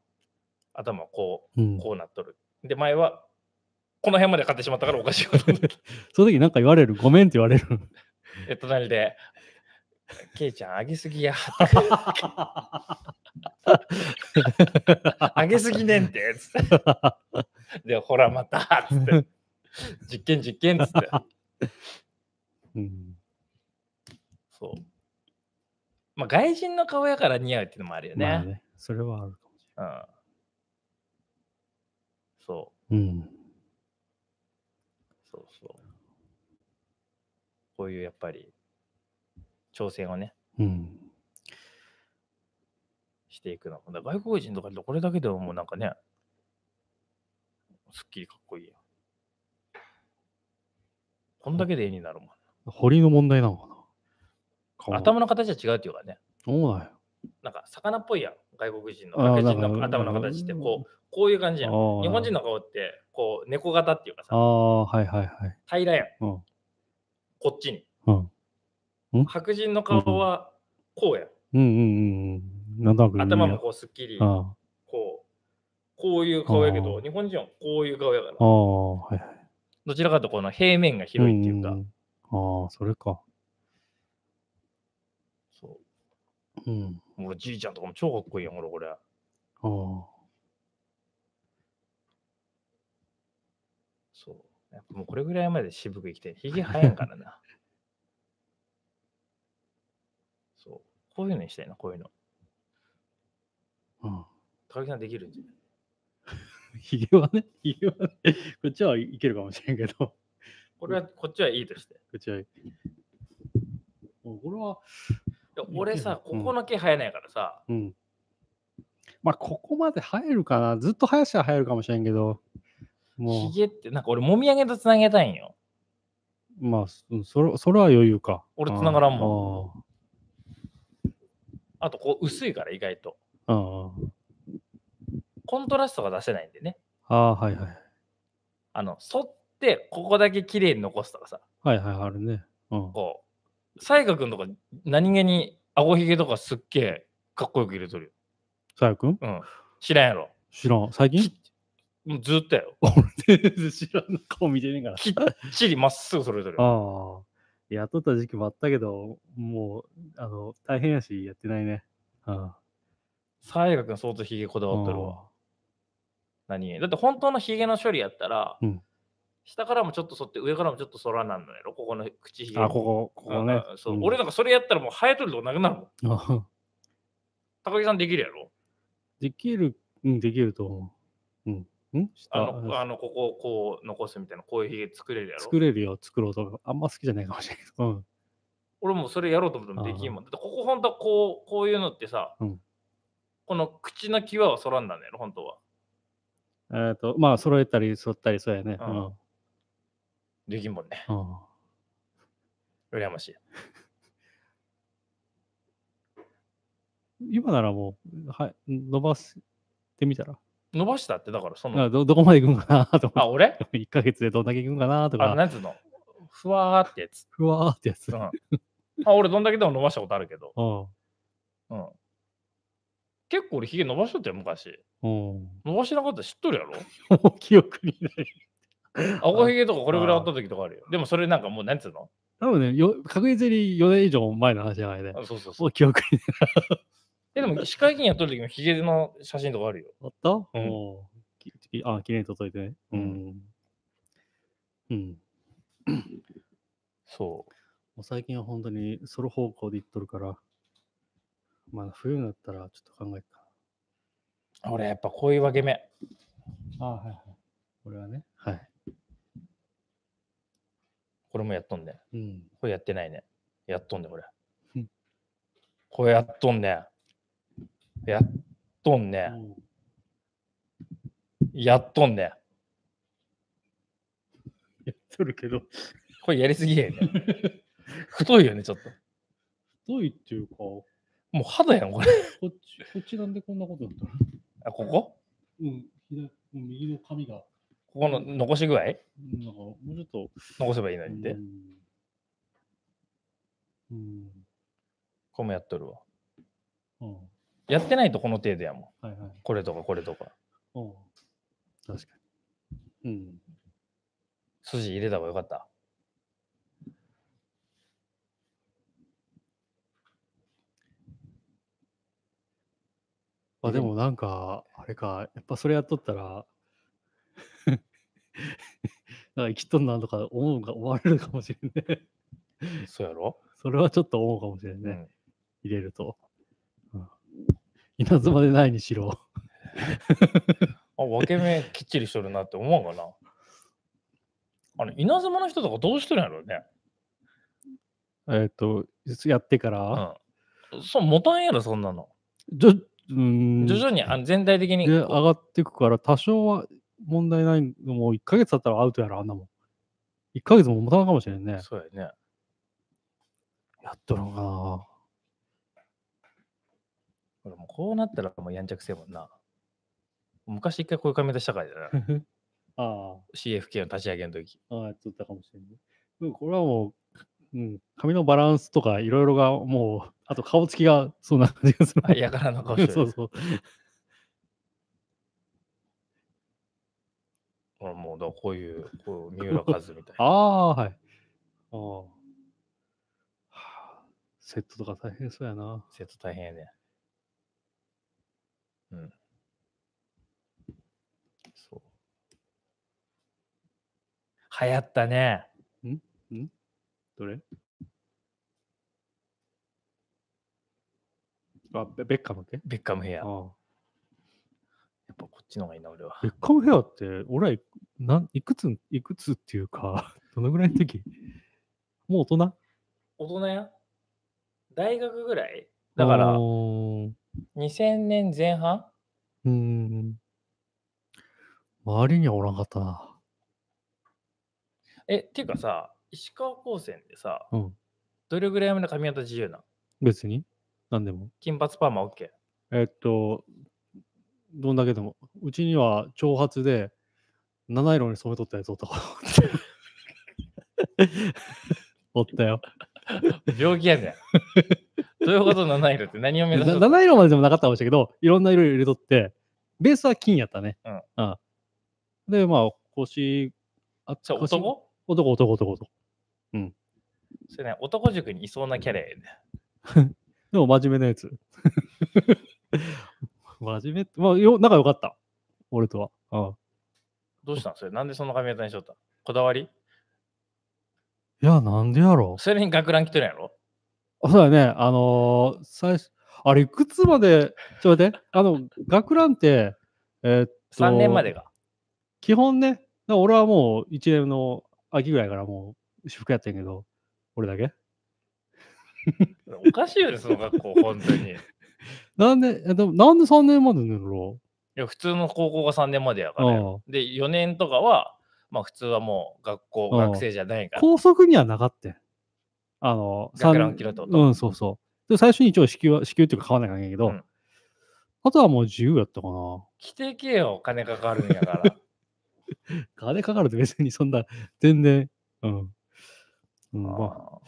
Speaker 1: 頭はこ
Speaker 2: うん
Speaker 1: う、こうなっとる。で、前はこの辺まで買ってしまったからおかしいことになった。
Speaker 2: その時なんか言われる。ごめんって言われる。
Speaker 1: で、隣で、ケイちゃん、上げすぎ や。上げすぎねん て。つってで、ほら、また。つって。実験、実験。つって。
Speaker 2: うん。
Speaker 1: そう。まあ、外人の顔やから似合うっていうのもあるよね。
Speaker 2: まあね。それはあるかもし
Speaker 1: うん。そう。
Speaker 2: れない。うん。
Speaker 1: そうそう。こういうやっぱり挑戦をね、
Speaker 2: うん。
Speaker 1: していくの。だから外国人とかだとこれだけでももうなんかね、すっきりかっこいいやん。こんだけで絵になるも
Speaker 2: 堀の問題なのかな。
Speaker 1: ん。頭の形は違うっていうかね、
Speaker 2: そうだよ。
Speaker 1: なんか魚っぽいやん、外国人の
Speaker 2: あー
Speaker 1: 白人
Speaker 2: なん
Speaker 1: の
Speaker 2: か
Speaker 1: 頭の形ってこう、こういう感じ
Speaker 2: 日
Speaker 1: やん。日本人の顔って、こう、猫型っていうか
Speaker 2: あ
Speaker 1: さ、
Speaker 2: あ、はいはいはい。
Speaker 1: 平らやん。
Speaker 2: うん
Speaker 1: こっちに。
Speaker 2: うんん
Speaker 1: 白人の顔は、こうやん。
Speaker 2: うんうんうんうん。なんとなく。
Speaker 1: 頭もこう、すっきり、こ
Speaker 2: あ
Speaker 1: う、こういう顔やけ
Speaker 2: あ
Speaker 1: ど、
Speaker 2: ー
Speaker 1: 日本人はこういう顔やから
Speaker 2: あ、あ。あ、はいはい。
Speaker 1: どちらかというとこの平面が広いっていうか
Speaker 2: ん、んうんああ、それか。
Speaker 1: そう
Speaker 2: うん。
Speaker 1: もうじいちゃんとかも超かっこいいやん、ほら、これ。
Speaker 2: ああ。
Speaker 1: そう。やっぱもうこれぐらいまで渋く生きて、ひげ生えんからな。 そう。こういうのにしたいな、こういうの。
Speaker 2: うん
Speaker 1: 高木さんできるんじゃない
Speaker 2: ひげはね、 ひげはね、こっちはいけるかもしれんけど、こ
Speaker 1: これは、こっちはいいとして。
Speaker 2: っちはい。もうこれは、
Speaker 1: で俺さ、
Speaker 2: うん
Speaker 1: ここの毛生えないからさ、
Speaker 2: うん。まあ、ここまで生えるかな。ずっと生やしは生えるかもしれんけど、も
Speaker 1: ひげって、なんか俺、もみあげとつなげたいんよ。
Speaker 2: う、まあ、うんそれそれは余裕か。
Speaker 1: 俺繋がらん
Speaker 2: もん。
Speaker 1: あと、こう、薄いから、意外と。
Speaker 2: あー
Speaker 1: コントラストが出せないんでね。
Speaker 2: あー、はいはい。
Speaker 1: あの、剃って、ここだけ綺麗に残すとかさ、
Speaker 2: はいはい、あるね。うん。
Speaker 1: こう、才く君とか、何気に、顎ひげとかすっげえ、かっこよく入れとるよ。
Speaker 2: さやくん
Speaker 1: うん。知らんやろ。
Speaker 2: 知らん。最近
Speaker 1: もうずっと やろ。
Speaker 2: 全然知らん顔見てねえから。
Speaker 1: きっちりまっすぐそれぞれ。
Speaker 2: ああ。やっとった時期もあったけど、もう、あの、大変やし、やってないね。うん。
Speaker 1: 才く君相当ひげこだわっとるわ。何気にだって本当のひげの処理やったら、
Speaker 2: うん
Speaker 1: 下からもちょっと剃って上からもちょっと剃らなんのやろ。ここの口ひげ。
Speaker 2: あ、ここ、ここね
Speaker 1: うん。そう俺なんかそれやったらもう生えとるとこなくなるもん。
Speaker 2: うん。
Speaker 1: 高木さんできるやろ。
Speaker 2: できる、うん、できると思う。うん。ん
Speaker 1: あ
Speaker 2: 下
Speaker 1: の、あのここをこう残すみたいな、こういうひげ作れるやろ。
Speaker 2: 作れるよ、作ろうと。あんま好きじゃないかもしれないけど。うん。
Speaker 1: 俺もそれやろうと思ってもできんもん。だってここ本当はこう、こういうのってさ、
Speaker 2: うん
Speaker 1: この口の際を剃らんだんやろ、本当は。
Speaker 2: えっ、と、まあ、揃えたり、揃ったり、そうやね。う
Speaker 1: うんん。できんもんね。
Speaker 2: うん。
Speaker 1: 羨ましい。
Speaker 2: 今ならもう、はい、伸ばしてみたら。
Speaker 1: 伸ばしたって、だからその、
Speaker 2: あどどこまで行くんかなと
Speaker 1: あ、
Speaker 2: か。
Speaker 1: 俺
Speaker 2: 1ヶ月でどんだけ行くんかなと
Speaker 1: あ、
Speaker 2: か。
Speaker 1: なんつうのふわーってやつ。
Speaker 2: ふわーってやつ。
Speaker 1: う
Speaker 2: うんん。
Speaker 1: あ、俺どんだけでも伸ばしたことあるけど。うん。結構俺ひげ伸ばしとったよ、昔。
Speaker 2: うん。
Speaker 1: 伸ばしなかったら知っとるやろ
Speaker 2: もう記憶にない。
Speaker 1: 顎ひげとかこれぐらいあった時とかあるよ。でもそれなんかもうなんつうの
Speaker 2: 多分ね、よ確実に4年以上前の話じゃないね。
Speaker 1: あそうそうそ
Speaker 2: も
Speaker 1: う。
Speaker 2: う記憶に
Speaker 1: え、でも歯科医院やっとる時もひげの写真とかあるよ。
Speaker 2: あった、うんききあ、綺麗に届いてね。う。
Speaker 1: うん
Speaker 2: うん。
Speaker 1: そ
Speaker 2: もう最近は本当にソロ方向でいっとるから、まあ冬になったらちょっと考えてか
Speaker 1: う。俺やっぱこういう分け目。
Speaker 2: な。あはいはい。これはね。はい。
Speaker 1: これもやっとんねん。
Speaker 2: うん。
Speaker 1: これやってないね。やっとんねん、これ
Speaker 2: うん。
Speaker 1: これやっとんねん。やっとんねん。やっとんねん。
Speaker 2: やっとるけど、
Speaker 1: これやりすぎやよ ね。太いよね、ちょっと。
Speaker 2: 太いっていうか、こ
Speaker 1: もう肌やん、これ。
Speaker 2: っち、こっちなんでこんなことになったの
Speaker 1: あ、ここ
Speaker 2: うん、左、もう右の髪が、
Speaker 1: ここの残し具合
Speaker 2: うんなんかもうちょっと、
Speaker 1: 残せばいいのにって。
Speaker 2: うん。
Speaker 1: これもやっとるわ。
Speaker 2: うん。
Speaker 1: やってないとこの程度やもん。
Speaker 2: はいはい。
Speaker 1: これとかこれとか。
Speaker 2: うん。確かに。うん。
Speaker 1: 筋入れた方がよかった。
Speaker 2: まあ
Speaker 1: で
Speaker 2: でもなんか、あれか、やっぱそれやっとったら、 なんか生きとんなんとか思うか思われるかもしれんね。
Speaker 1: そうやろ、
Speaker 2: それはちょっと思うかもしれん
Speaker 1: う
Speaker 2: ね。
Speaker 1: ん。
Speaker 2: 入れると。うん 稲妻でないにしろ。
Speaker 1: あ、分け目きっちりしとるなって思うかな。あの、稲妻の人とかどうしてるんやろうね。
Speaker 2: えっと、やってから、
Speaker 1: うん。そう、持たんやろ、そんなの。
Speaker 2: じょうん
Speaker 1: 徐々にあの全体的に
Speaker 2: で上
Speaker 1: こ
Speaker 2: がっていくから、多少は問題ないのも、1ヶ月経ったらアウトやろ、あんなもん。1ヶ月も持たんかもしれ
Speaker 1: う。
Speaker 2: んね。
Speaker 1: そうやね。
Speaker 2: やっとるのかな
Speaker 1: 俺もこうなったらもうやんちゃくせえもんな。昔一回こういう髪出したからじゃない
Speaker 2: あ
Speaker 1: CFK の立ち上げの時。
Speaker 2: あ、ああ、やっとったかもしれない。でもこれはもう、うん、髪のバランスとかいろいろがもう、あと顔つきがそんな感じがする。
Speaker 1: あ、やからの顔してる。
Speaker 2: そうそう。
Speaker 1: 俺もうだからこういう、こう三浦和みたいな。
Speaker 2: ああ、はい。ああ。はあセットとか大変そうやな。
Speaker 1: 生徒大変やね。うん。そう。流行ったね。
Speaker 2: どれあ、ベベッカム系
Speaker 1: ベッカムヘア。
Speaker 2: あ
Speaker 1: やっ
Speaker 2: あ。
Speaker 1: ぱこっちの方がいいな、俺は。
Speaker 2: ベッカムヘアって、俺らいなんいくつ、いくつっていうか、どのぐらいの時もう大人
Speaker 1: 大人や大学ぐらいだから
Speaker 2: あーう
Speaker 1: 2000年前半
Speaker 2: ーん。周りにはおらんかったな。
Speaker 1: え、っていうかさ、石川高専でさ、
Speaker 2: うん
Speaker 1: どれぐらいまで髪型自由なの
Speaker 2: 別に。なんでも。
Speaker 1: 金髪パーマ OK。
Speaker 2: えっと、どんだけでも。うちには長髪で、七色に染めとったやつお ったから。おったよ。
Speaker 1: 病気やねん。どういうことなないのって何を目指す
Speaker 2: な
Speaker 1: の
Speaker 2: 七色まででもなかったかもしれんけど、いろんな色入れとって、ベースは金やったね。
Speaker 1: うん。
Speaker 2: で、まあ、腰、あ
Speaker 1: それ
Speaker 2: 腰
Speaker 1: 男
Speaker 2: 男、男、男、男。
Speaker 1: それね、男塾にいそうなキャラやね
Speaker 2: でも真面目なやつ。 真面目って、まあ、よ仲良かった。俺とは。うん。
Speaker 1: どうしたんそれなんでそんな髪型にしとったんこだわり
Speaker 2: いや、なんでやろ
Speaker 1: それに学ラン着てるやろ
Speaker 2: う。そうだね。あのー最初、あれ、いくつまで、ちょっと待って、あの、学ランって、えーっと、
Speaker 1: ?3 年までが。
Speaker 2: 基本ね、だから俺はもう1年の秋ぐらいからもう私服やってんけど、俺だけ。
Speaker 1: おかしいよね、その学校、本当 に。い
Speaker 2: なんで、えでもなんで3年までなの
Speaker 1: や、普通の高校が3年までやからよ。で、4年とかは、まあ普通はもう学校、
Speaker 2: うん
Speaker 1: 学生じゃないから。
Speaker 2: 高速にはなかったあの、
Speaker 1: 学ラ
Speaker 2: 三
Speaker 1: ン着ろってこと
Speaker 2: うん、そうそう。で、最初に一応支給は、支給っていうか買わなきゃいけないけど、
Speaker 1: うん
Speaker 2: あとはもう自由やったかな。
Speaker 1: 着てけよ、お金かかるんやから。
Speaker 2: 金かかるって別にそんな、全然、うん。うん、 まあ、
Speaker 1: あ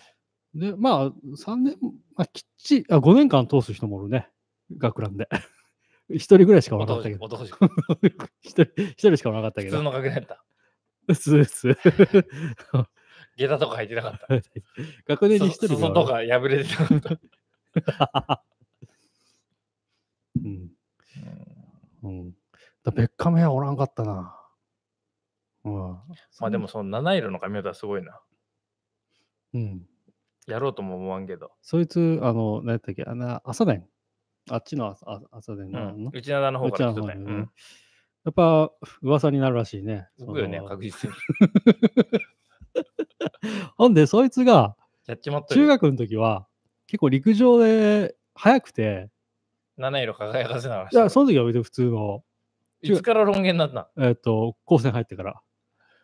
Speaker 2: で、まあ、3年、まあ、きっちり、あ、5年間通す人もおるね。学ランで。 一人ぐらいしか
Speaker 1: ー
Speaker 2: おらなかっ
Speaker 1: 男
Speaker 2: たけ
Speaker 1: 塾、
Speaker 2: ど。
Speaker 1: 男塾。
Speaker 2: 一人、一人しかおらなかった
Speaker 1: 普
Speaker 2: け
Speaker 1: 通
Speaker 2: ど。
Speaker 1: の学年だった。
Speaker 2: 普通、普通。
Speaker 1: 下駄とか履いてなかった。
Speaker 2: 学年に一
Speaker 1: そ
Speaker 2: 人
Speaker 1: 裾
Speaker 2: がお
Speaker 1: と
Speaker 2: る
Speaker 1: か破れてな かった。
Speaker 2: うん。うん。だベッカムヘアおらんかったな。うん。
Speaker 1: まあでも、その七色の髪型はすごいな。
Speaker 2: うん。
Speaker 1: やろうとも思わんけど。
Speaker 2: そいつ、あの、何やったっけ、あの、朝田あっちの朝朝田
Speaker 1: う
Speaker 2: の、
Speaker 1: ん
Speaker 2: の。
Speaker 1: 内灘の方
Speaker 2: う
Speaker 1: から来
Speaker 2: ち
Speaker 1: と
Speaker 2: の
Speaker 1: った
Speaker 2: 方
Speaker 1: よ
Speaker 2: だよ
Speaker 1: う
Speaker 2: ね
Speaker 1: ん。
Speaker 2: やっぱ、噂になるらしいね。
Speaker 1: すごいよね
Speaker 2: そ、の
Speaker 1: 確実 に。
Speaker 2: ほんで、そいつが、
Speaker 1: やっちまった
Speaker 2: 中
Speaker 1: よ。
Speaker 2: 学の時は、結構陸上で速くて、
Speaker 1: 七色輝かせながらし
Speaker 2: い
Speaker 1: てる。
Speaker 2: や、その時は別に普通の、
Speaker 1: いつから論言になったん
Speaker 2: えっ、と、高専入ってから。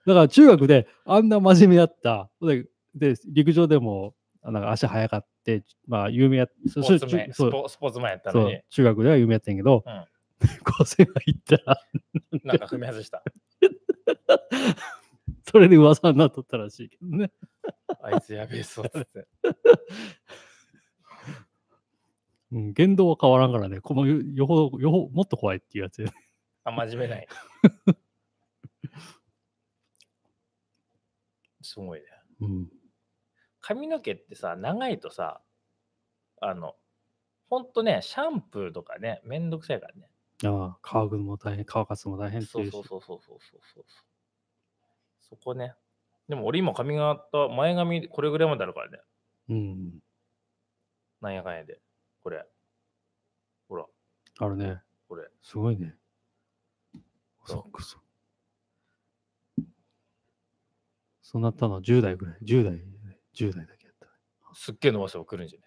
Speaker 2: だから中学であんな真面目やった。で、で陸上でも、あなんか足速かって、まあ、有名やっ
Speaker 1: ス
Speaker 2: そ
Speaker 1: ポ
Speaker 2: そ
Speaker 1: ー
Speaker 2: う
Speaker 1: ツマンス
Speaker 2: そう
Speaker 1: ポスポーツマンやった
Speaker 2: そ
Speaker 1: の
Speaker 2: う
Speaker 1: に、
Speaker 2: 中学では有名やったんやけど、
Speaker 1: うん
Speaker 2: 高専入ったら、
Speaker 1: なんか踏み外した。
Speaker 2: それで噂になっとったらしいけどね。
Speaker 1: あいつやべえそうっつって。
Speaker 2: うん、言動は変わらんからね、このよよほどよほもっと怖いっていうやつやね。
Speaker 1: あ、真面目 ない。すごいね。
Speaker 2: うん。
Speaker 1: 髪の毛ってさ、長いとさ、あの、ほんとね、シャンプーとかね、めんどくさいからね。
Speaker 2: ああ、乾くのも大変、乾かすのも大変って
Speaker 1: そ
Speaker 2: いううし。
Speaker 1: そうそうそうそうそうそう。そこね。でも俺今髪型、前髪これぐらいまであるからね。
Speaker 2: うん。
Speaker 1: なんやかんやで。これ。ほら、
Speaker 2: あるね。
Speaker 1: これ。
Speaker 2: すごいね。
Speaker 1: そう
Speaker 2: そっかそ。そうなったのは10代ぐらい。10代、10代だけやった。
Speaker 1: すっげえ伸ばせば来るんじゃね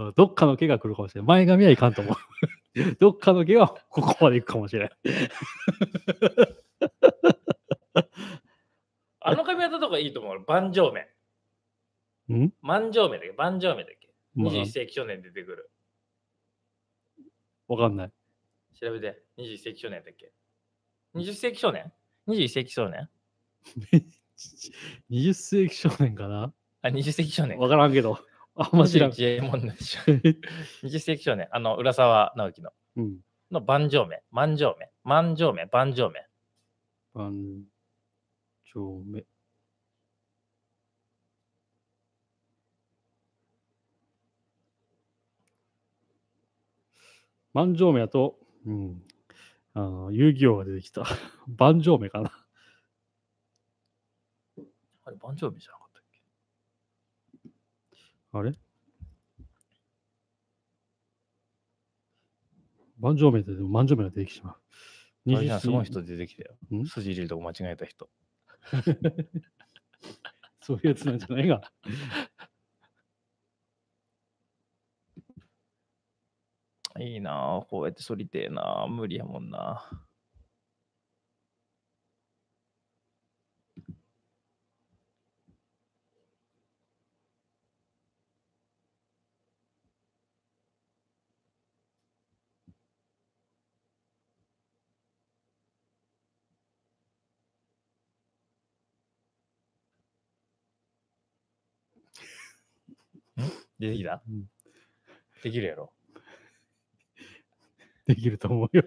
Speaker 2: あどっかの毛が来るかもしれない。前髪はいかん と思う。どっかの毛はここまで行くかもしれない。
Speaker 1: あの髪型とかいいと思う。俺、盤上面。
Speaker 2: ん
Speaker 1: 万丈目だっけ盤丈目だっけ
Speaker 2: まあ、
Speaker 1: 21世紀少年出てくる。
Speaker 2: わかんない。
Speaker 1: 調べて、21世紀少年だっけ ?20 世紀少年 ?21 世紀少年
Speaker 2: 20世紀少年かな
Speaker 1: あ、20世紀少年。
Speaker 2: わからんけど。あんま知らん。
Speaker 1: ジェイモンの 少年20世紀少年。あの、浦沢直樹の。
Speaker 2: うん。
Speaker 1: の万丈名、万丈名、万丈名、万丈名。
Speaker 2: 番長目。万丈目だと、うん。あの、遊戯王が出てきた。 万丈目かな。
Speaker 1: あれ、万丈名じゃなかったっけ
Speaker 2: あれ万丈目って、でも万丈目が出てきてしまう。
Speaker 1: あれじゃんすごい
Speaker 2: 世紀
Speaker 1: 人出てきたよ
Speaker 2: ん。
Speaker 1: 筋入れるとこ間違えた人。
Speaker 2: そういうやつなんじゃないが。
Speaker 1: いいなぁ、こうやって反りてえなぁ、無理やもん なぁ。ん出てきた
Speaker 2: うん
Speaker 1: できるやろ
Speaker 2: できると思うよ。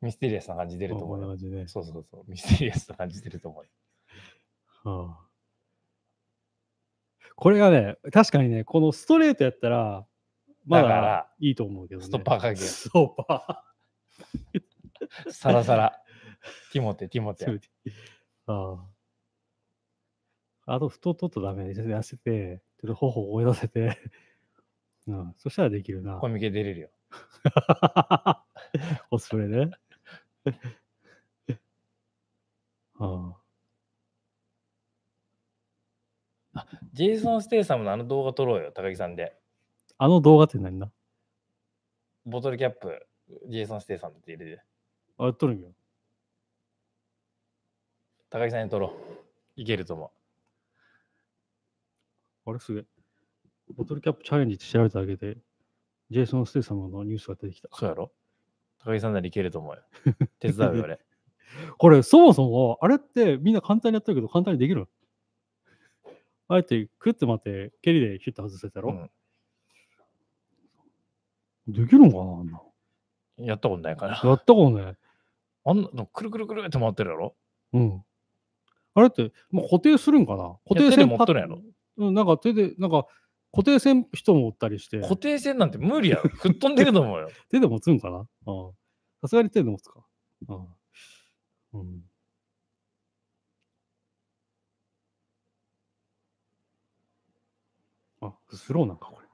Speaker 1: ミステリアスな感じ出ると思
Speaker 2: こ
Speaker 1: う ん
Speaker 2: な
Speaker 1: よ。
Speaker 2: 感じで。
Speaker 1: そうそうそう。ミステリアスな感じ出ると思うよ。
Speaker 2: はあこれがね、確かにね、このストレートやったら、ま
Speaker 1: だか
Speaker 2: だ
Speaker 1: ら
Speaker 2: いいと思うけどね。
Speaker 1: ストッパー加減
Speaker 2: ストッパ
Speaker 1: サラサラ。ティモテ、ティモテ。
Speaker 2: ー。 あああと、太っとっとダメで、痩せて、ちょっと頬を追い出せて、 うん、そしたらできるな
Speaker 1: コ。ミケ出れるよ。
Speaker 2: コスプレ ね。ああ
Speaker 1: ジェイソン・ステイサムのあの動画撮ろうよ、高木さんで。
Speaker 2: あの動画って何だ
Speaker 1: ボトルキャップ、ジェイソン・ステイサムって入れて。
Speaker 2: あ、やっとるんよ。
Speaker 1: 高木さんに撮ろう。いけると思
Speaker 2: あれすげえ。ボトルキャップチャレンジって調べただけで、ジェイソン・ステイサムのニュースが出てきた。
Speaker 1: う。そうやろ高木さんならいけると思うよ。 手伝うよ、俺。
Speaker 2: これ、そもそも、あれってみんな簡単にやってるけど、簡単にできるのあえて、クッて待って、蹴りでヒュッと外せた
Speaker 1: う
Speaker 2: ろ、
Speaker 1: ん
Speaker 2: できるのかなあんな
Speaker 1: やったことないから。
Speaker 2: やったことね。
Speaker 1: あんなの、くるくるくるって回ってるやろ
Speaker 2: うん。あれって、もう固定するんかな固
Speaker 1: いや手
Speaker 2: 定
Speaker 1: で
Speaker 2: 線
Speaker 1: 持っ
Speaker 2: パッ
Speaker 1: とるやろ
Speaker 2: うん、なんか手で、なんか、固定線人もおったりして、
Speaker 1: 固定線なんて無理やろ。吹っ飛んでると思うよ。
Speaker 2: 手で持つんかなうんさすがに手で持つか。うん。うんあ、スローなんかこれ。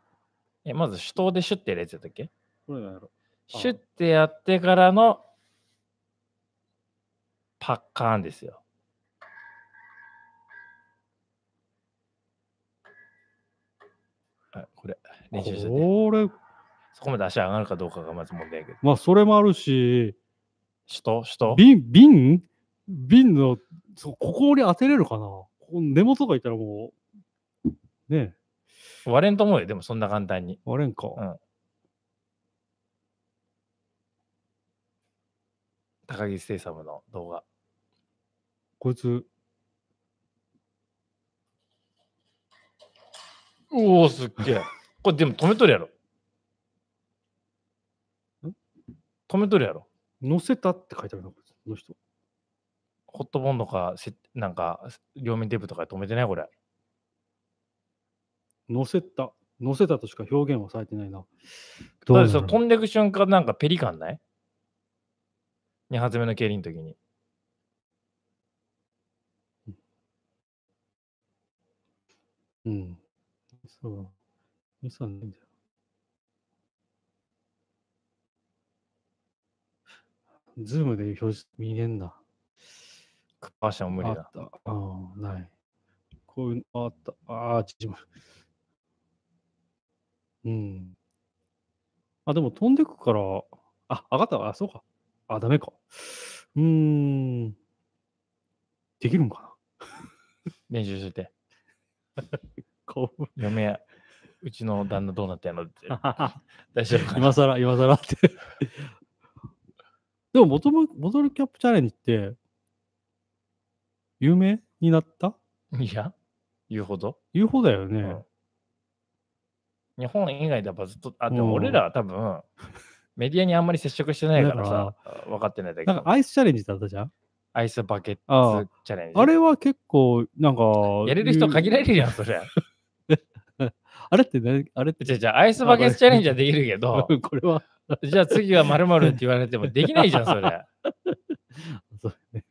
Speaker 1: え、まず手刀でシュッてやるやつやったっけ
Speaker 2: これなんやろ。あ
Speaker 1: シュッてやってからのパッカーンですよ。あこれ、練習してて。
Speaker 2: これ、
Speaker 1: そこまで足上がるかどうかがまず問題やけど。
Speaker 2: まあ、それもあるし、
Speaker 1: 首都首都
Speaker 2: 瓶、瓶瓶の、そうここに当てれるかなここ根元がいたらもう、ねえ、
Speaker 1: 割れんと思うよ、でもそんな簡単に。
Speaker 2: 割れんか。
Speaker 1: うん高木ステイサムの動画。
Speaker 2: こいつ、
Speaker 1: おお、すっげえ。これでも止めとるやろ。
Speaker 2: ん
Speaker 1: 止めとるやろ。
Speaker 2: 乗せたって書いてあるな、こいつこの人。
Speaker 1: ホットボンドか、せなんか、両面テープとかで止めてないこれ。
Speaker 2: 乗せた。乗せたとしか表現はされてないな。どう
Speaker 1: だ
Speaker 2: な
Speaker 1: っ
Speaker 2: ん
Speaker 1: てそ
Speaker 2: やろ
Speaker 1: の飛んでく瞬間なんかペリカンない ?2 発目の競輪の時に。
Speaker 2: うん。そう。ミスはないんだよ。ズームで表示見れんな。
Speaker 1: クッパーしても無理
Speaker 2: あ
Speaker 1: だ
Speaker 2: っ。た。ああ、ない。こういうのあった。ああ、縮まる。うん。あ、でも飛んでくから、あ、上がったわ。あ、そうか。あ、ダメか。うーん。できるんかな
Speaker 1: 練習してて。
Speaker 2: こう。
Speaker 1: 嫁や、うちの旦那どうなってんのって。大丈夫かな
Speaker 2: 今更、今更って。 でも、ボトム、ボトルキャップチャレンジって、有名になった
Speaker 1: いや、言うほど。
Speaker 2: 言う方だよね。
Speaker 1: うん日本以外ではずっと、あ、で
Speaker 2: うん
Speaker 1: も俺らは多分、メディアにあんまり接触してないからさ、分かってないだけ
Speaker 2: な
Speaker 1: ど
Speaker 2: んか、アイスチャレンジだったじゃん
Speaker 1: アイスバケ
Speaker 2: あ
Speaker 1: ツチャレンジ。
Speaker 2: あれは結構、なんか。
Speaker 1: やれる人限られるやん、 それ。
Speaker 2: あれってね、あれって
Speaker 1: じゃじゃアイスバケツチャレンジはできるけど、
Speaker 2: これは、
Speaker 1: じゃあ次は〇〇って言われてもできないじゃん、それ。
Speaker 2: そうね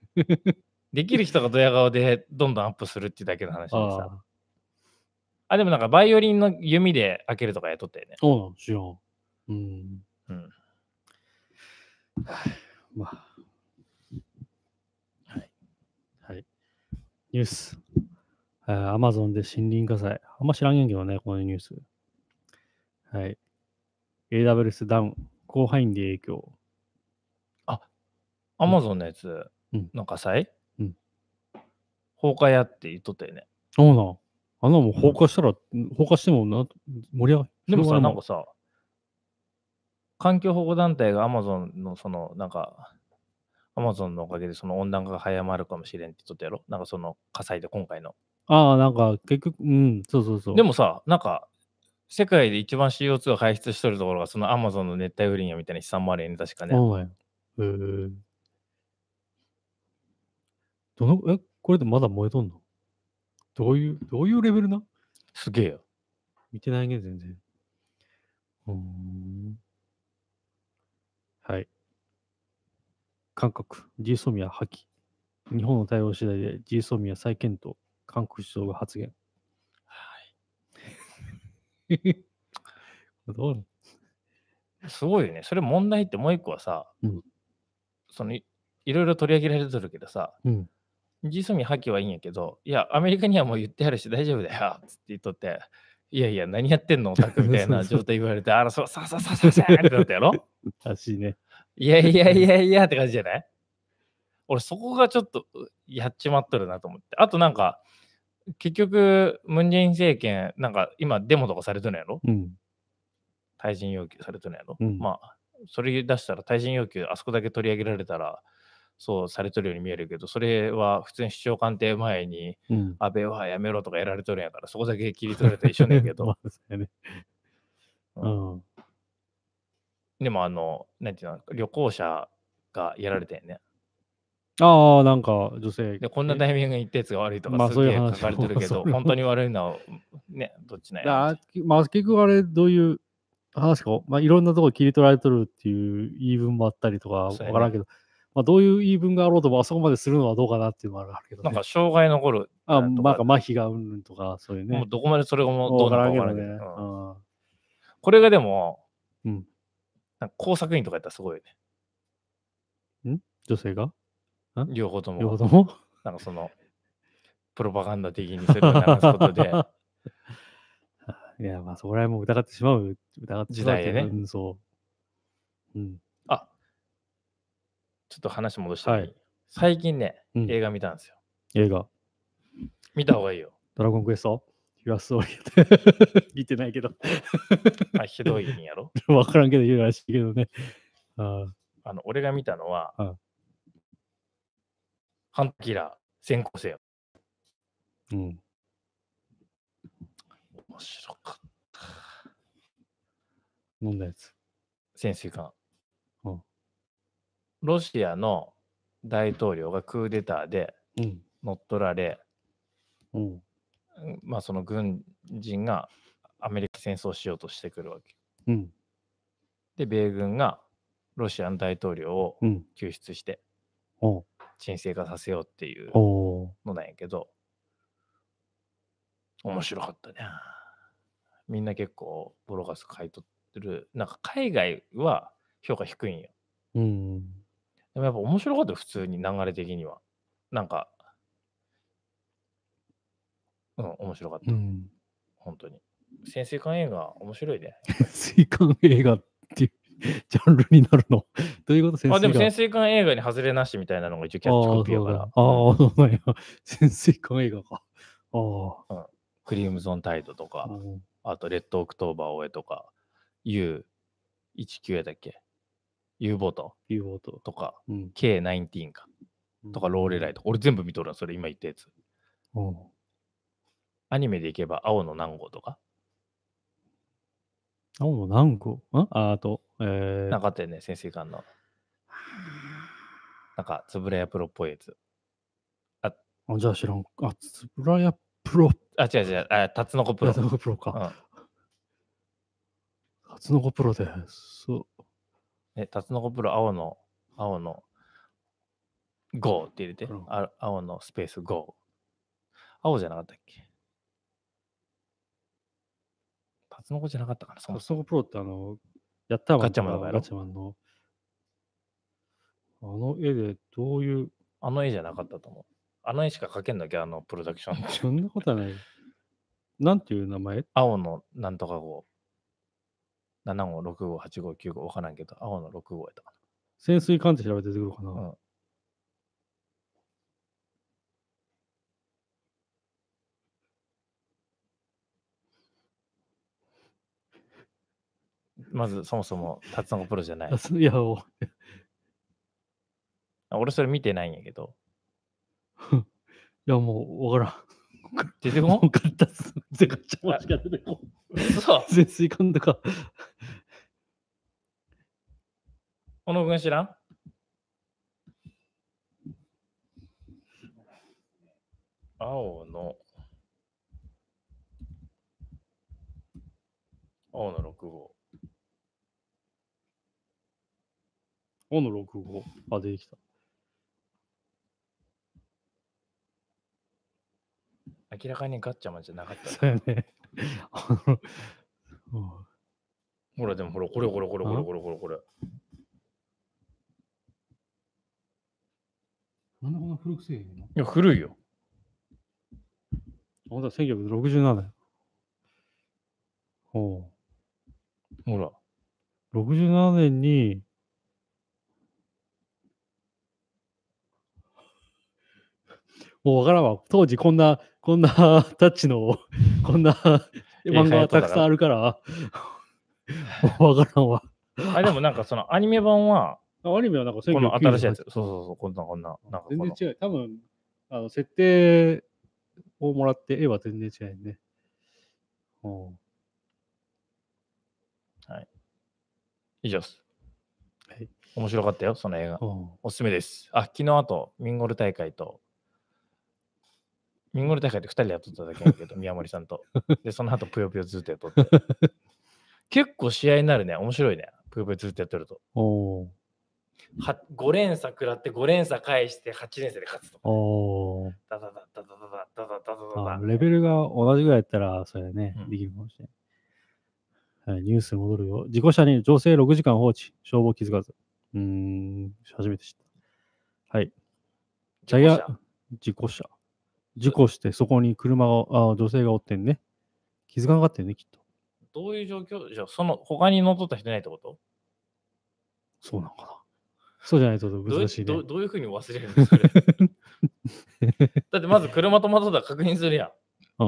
Speaker 1: できる人がドヤ顔でどんどんアップするってだけの話でさ。
Speaker 2: ああ、
Speaker 1: あ、でもなんかバイオリンの弓で開けるとかやっとったよね。
Speaker 2: そうなんですよ。うん。
Speaker 1: うん。
Speaker 2: まあ。
Speaker 1: はい。
Speaker 2: はい。ニュース。えー Amazon で森林火災。あんま知らんげんけどね、このニュース。はい。AWS ダウン。広範囲で影響。
Speaker 1: アマゾンのやつ
Speaker 2: うん
Speaker 1: の火災、
Speaker 2: うん
Speaker 1: 放火やって言っとったよね。
Speaker 2: そうなん。あんなもん放火したら、放火してもな、盛り上が
Speaker 1: でもさ、
Speaker 2: 広が
Speaker 1: な
Speaker 2: る
Speaker 1: んかさ、環境保護団体がアマゾンのその、なんか、アマゾンのおかげでその温暖化が早まるかもしれんって言っとったやろなんかその火災で今回の。
Speaker 2: ああ、なんか、結局、うん、そうそうそう。
Speaker 1: でもさ、なんか、世界で一番 CO2 を排出しとるところが、そのアマゾンの熱帯雨林やみたいな飛散もあるよね、確かね。
Speaker 2: そうなんや。へえ。どの、え、これでまだ燃えとんのどういう、どういうレベルな
Speaker 1: すげえよ。
Speaker 2: 見てないね、全然。うーん。はい。韓国、ジーソミア破棄。日本の対応次第でジーソミア再検討。韓国首相が発言。はい。 どうな
Speaker 1: すごいよね。それ問題ってもう一個はさ、
Speaker 2: うん
Speaker 1: そのいいろいろ取り上げられてるけどさ、
Speaker 2: うん。
Speaker 1: ジソミ破棄はいいんやけど、いや、アメリカにはもう言ってあるし大丈夫だよっつって言っとって、いやいや、何やってんのオタクみたいな
Speaker 2: そうそう
Speaker 1: 状態言われて、あら、そう、さあさあさあさあさあってなったやろ
Speaker 2: らしいね。
Speaker 1: いやいやいやいやって感じじゃない 俺、そこがちょっとうやっちまっとるなと思って。あとなんか、結局、ムン・ジェイン政権、なんか今デモとかされてるやろ
Speaker 2: うん。
Speaker 1: 退陣要求されてるやろ、
Speaker 2: うん
Speaker 1: まあ、それ出したら退陣要求、あそこだけ取り上げられたら、そうされてるように見えるけど、それは普通に首相官邸前に、
Speaker 2: うん。
Speaker 1: 安倍はやめろとかやられとるんやから、そこだけ切り取られたら一緒ねんけど、
Speaker 2: まあそうやね。
Speaker 1: う
Speaker 2: うん。
Speaker 1: でもあの、なんていうの、旅行者がやられたよね。
Speaker 2: ああ、なんか女性。
Speaker 1: で、こんな
Speaker 2: ね
Speaker 1: タイミングに行ったやつが悪いと
Speaker 2: ま
Speaker 1: か、
Speaker 2: あ
Speaker 1: す
Speaker 2: そう
Speaker 1: げ
Speaker 2: いう
Speaker 1: え書
Speaker 2: 話
Speaker 1: かれてるけ
Speaker 2: も
Speaker 1: ど、
Speaker 2: そう
Speaker 1: 本当に悪いのは、ね、どっちなんや
Speaker 2: あきまあ、結局あれ、どういう話か、まあ、いろんなとこ切り取られとるっていう言い分もあったりとか、わ
Speaker 1: そう
Speaker 2: か
Speaker 1: やね
Speaker 2: らんけど、まあ、どういう言い分があろうとも、あそこまでするのはどうかなっていうのはあるけど、
Speaker 1: な
Speaker 2: ね。
Speaker 1: んか、障害残る、
Speaker 2: あ
Speaker 1: なんと
Speaker 2: なんか麻痺がうんぬんとか、そういう
Speaker 1: も
Speaker 2: ね
Speaker 1: う。どこまでそれがもうど
Speaker 2: わ
Speaker 1: う
Speaker 2: か
Speaker 1: なの
Speaker 2: ら
Speaker 1: か
Speaker 2: ん
Speaker 1: 分
Speaker 2: け
Speaker 1: か
Speaker 2: ど
Speaker 1: らんけど、
Speaker 2: ね
Speaker 1: うん。
Speaker 2: うん
Speaker 1: これがでも、
Speaker 2: うん
Speaker 1: なんか工作員とかやったらすごいよね。
Speaker 2: 女性が
Speaker 1: 両方とも。
Speaker 2: 両方とも
Speaker 1: なんかその、プロパガンダ的にそれを流すことで、
Speaker 2: いや、まあ、そこら辺も疑ってしまう。疑ってしまうけ
Speaker 1: 時代
Speaker 2: ど
Speaker 1: ね
Speaker 2: うん、そう。うん。
Speaker 1: あちょっと話戻して、
Speaker 2: はい
Speaker 1: 最近ね、
Speaker 2: うん
Speaker 1: 映画見たんですよ。
Speaker 2: 映画、
Speaker 1: 見た方がいいよ。
Speaker 2: ドラゴンクエスト ?You are sorry. 見てないけど。
Speaker 1: あひどいんや ろ
Speaker 2: わからんけど言うらしいけどね。あ
Speaker 1: あの俺が見たのは、
Speaker 2: うん
Speaker 1: ハンターキラー、先行生。
Speaker 2: ーうん。
Speaker 1: 面白かった。
Speaker 2: 飲んだやつ。
Speaker 1: 潜水艦。
Speaker 2: うん
Speaker 1: ロシアの大統領がクーデターで
Speaker 2: うん。
Speaker 1: 乗っ取られ、
Speaker 2: うん。
Speaker 1: うんまあ、その軍人がアメリカ戦争しようとしてくるわけ。
Speaker 2: うん。
Speaker 1: で、米軍がロシアの大統領を
Speaker 2: うん。
Speaker 1: 救出して
Speaker 2: おう
Speaker 1: 沈静化させようっていう
Speaker 2: おう
Speaker 1: のなんやけど、面白かったね。みんな結構ボロカス買い取ってる。なんか海外は評価低いんよ。
Speaker 2: うん。
Speaker 1: でもやっぱ面白かったよ、普通に流れ的には。なんか、うん、面白かった。
Speaker 2: うん。
Speaker 1: 本当に。潜水艦映画面白いね。
Speaker 2: 水管映画っていう ジャンルになるの。どういうこと潜水艦
Speaker 1: あでも潜水艦映画に外れなしみたいなのが一 応キャッチコピーやから
Speaker 2: あ。あ、そうなんや。潜水艦映画か。ああ。
Speaker 1: クリムゾンタイドとか、
Speaker 2: うん
Speaker 1: あとレッドオクトーバー大江とか、U19 だっけ ?U ボート
Speaker 2: いうこと。
Speaker 1: とか、
Speaker 2: うん。
Speaker 1: K19 か、とかローレライとか、俺全部見とるわ、それ今言ったやつ。
Speaker 2: うん。
Speaker 1: アニメでいけば青の南郷とか、
Speaker 2: 青の何個んああと、え
Speaker 1: な
Speaker 2: ー、
Speaker 1: んかあったよね、潜水艦の。なんか、つぶらやプロっぽいやつ。
Speaker 2: あじゃあ知らん。あ、つぶらやプロ、
Speaker 1: あ、違う違う、あ、タツノコプ
Speaker 2: プ
Speaker 1: ロ
Speaker 2: ラ。ザプロか。
Speaker 1: うん
Speaker 2: タツノコプロで、そ
Speaker 1: え、タツノコプロ、青の、青の、GO って入れて
Speaker 2: うん、。
Speaker 1: あ青のスペース GO。青じゃなかったっけタツノコじゃなかったかな、そうも
Speaker 2: タ
Speaker 1: そ
Speaker 2: ツノコプロってあの、やったわ
Speaker 1: ガチャマンのやろ
Speaker 2: ガチャマンの。あの絵でどういう、
Speaker 1: もあの絵じゃなかったと思う。あの絵しか描けんだっけ、あのプロダクショ ンって。
Speaker 2: そんなことはない。なんていう名前
Speaker 1: 青のなんとか号。7号、6号、8号、9号、わからんけど、青の6号やったか
Speaker 2: 潜水艦って調べて出てくるかな。
Speaker 1: うんな。まず、そもそも、タツノコプロじゃない
Speaker 2: あ。そいや、お
Speaker 1: 俺、それ見てないんやけど。
Speaker 2: いやもう、わから
Speaker 1: 出て
Speaker 2: ん。
Speaker 1: こ
Speaker 2: も
Speaker 1: ん
Speaker 2: うガタスガチャマンしか出てこん。
Speaker 1: そう。
Speaker 2: 潜水艦とか。
Speaker 1: 小野君知らん青の青の6号。
Speaker 2: おの6号。あ、出てきた。
Speaker 1: 明らかにガッチャマンじゃなかった。
Speaker 2: そうやね。 あの、うん
Speaker 1: ほら、でもほら、これこれこれこれこれこれこれ。
Speaker 2: なんでこんな古くせえへんの
Speaker 1: いや、古いよ。
Speaker 2: ほんとだ、1967年。ほ
Speaker 1: ほら。
Speaker 2: う。67年に、もうわからんわ。当時こんな、こんな タッチの、こ んな漫画がたくさんあるから、もうわからんわ。
Speaker 1: あ、でもなんかそのアニメ版は、
Speaker 2: あアニメはなんか1998
Speaker 1: この新しいやつ。そうそうそう、こんなこんな。なんかこ
Speaker 2: 全
Speaker 1: の
Speaker 2: 然違う。多分、あの設定をもらって絵は全然違うよね。うん
Speaker 1: 以上です。
Speaker 2: はい
Speaker 1: 面白かったよ、その映画。
Speaker 2: うん
Speaker 1: おすすめです。あ、昨日あと、ミンゴル大会と、ミンゴル大会で2人でやっとっただけやけど、宮森さんと。で、その後、ぷよぷよずっとやっとって。結構試合になるね。面白いね。ぷよぷよずっとやってると。
Speaker 2: おー
Speaker 1: は5連鎖食らって、5連鎖返して、8連鎖で勝つと。
Speaker 2: おー
Speaker 1: ダダダダダダダダダダダ
Speaker 2: あ
Speaker 1: ダ
Speaker 2: レベルが同じぐらいやったら、それね、
Speaker 1: うん
Speaker 2: できるかもしれない、はい。ニュース戻るよ。事故車に女性6時間放置、消防気づかず。うーん、初めて知った。はい。ジャイア、事故車。事故して、そこに車を、あ女性がおってんね。気づかなかったよね、きっと。
Speaker 1: どういう状況じゃあ、その、他に乗っ取った人いないってこと
Speaker 2: そうなのかな。そうじゃないと
Speaker 1: どうい
Speaker 2: 難し
Speaker 1: う
Speaker 2: いね
Speaker 1: どう。どういうふうに忘れるのそれだって、まず車止まっとったら確認するやん。
Speaker 2: うん。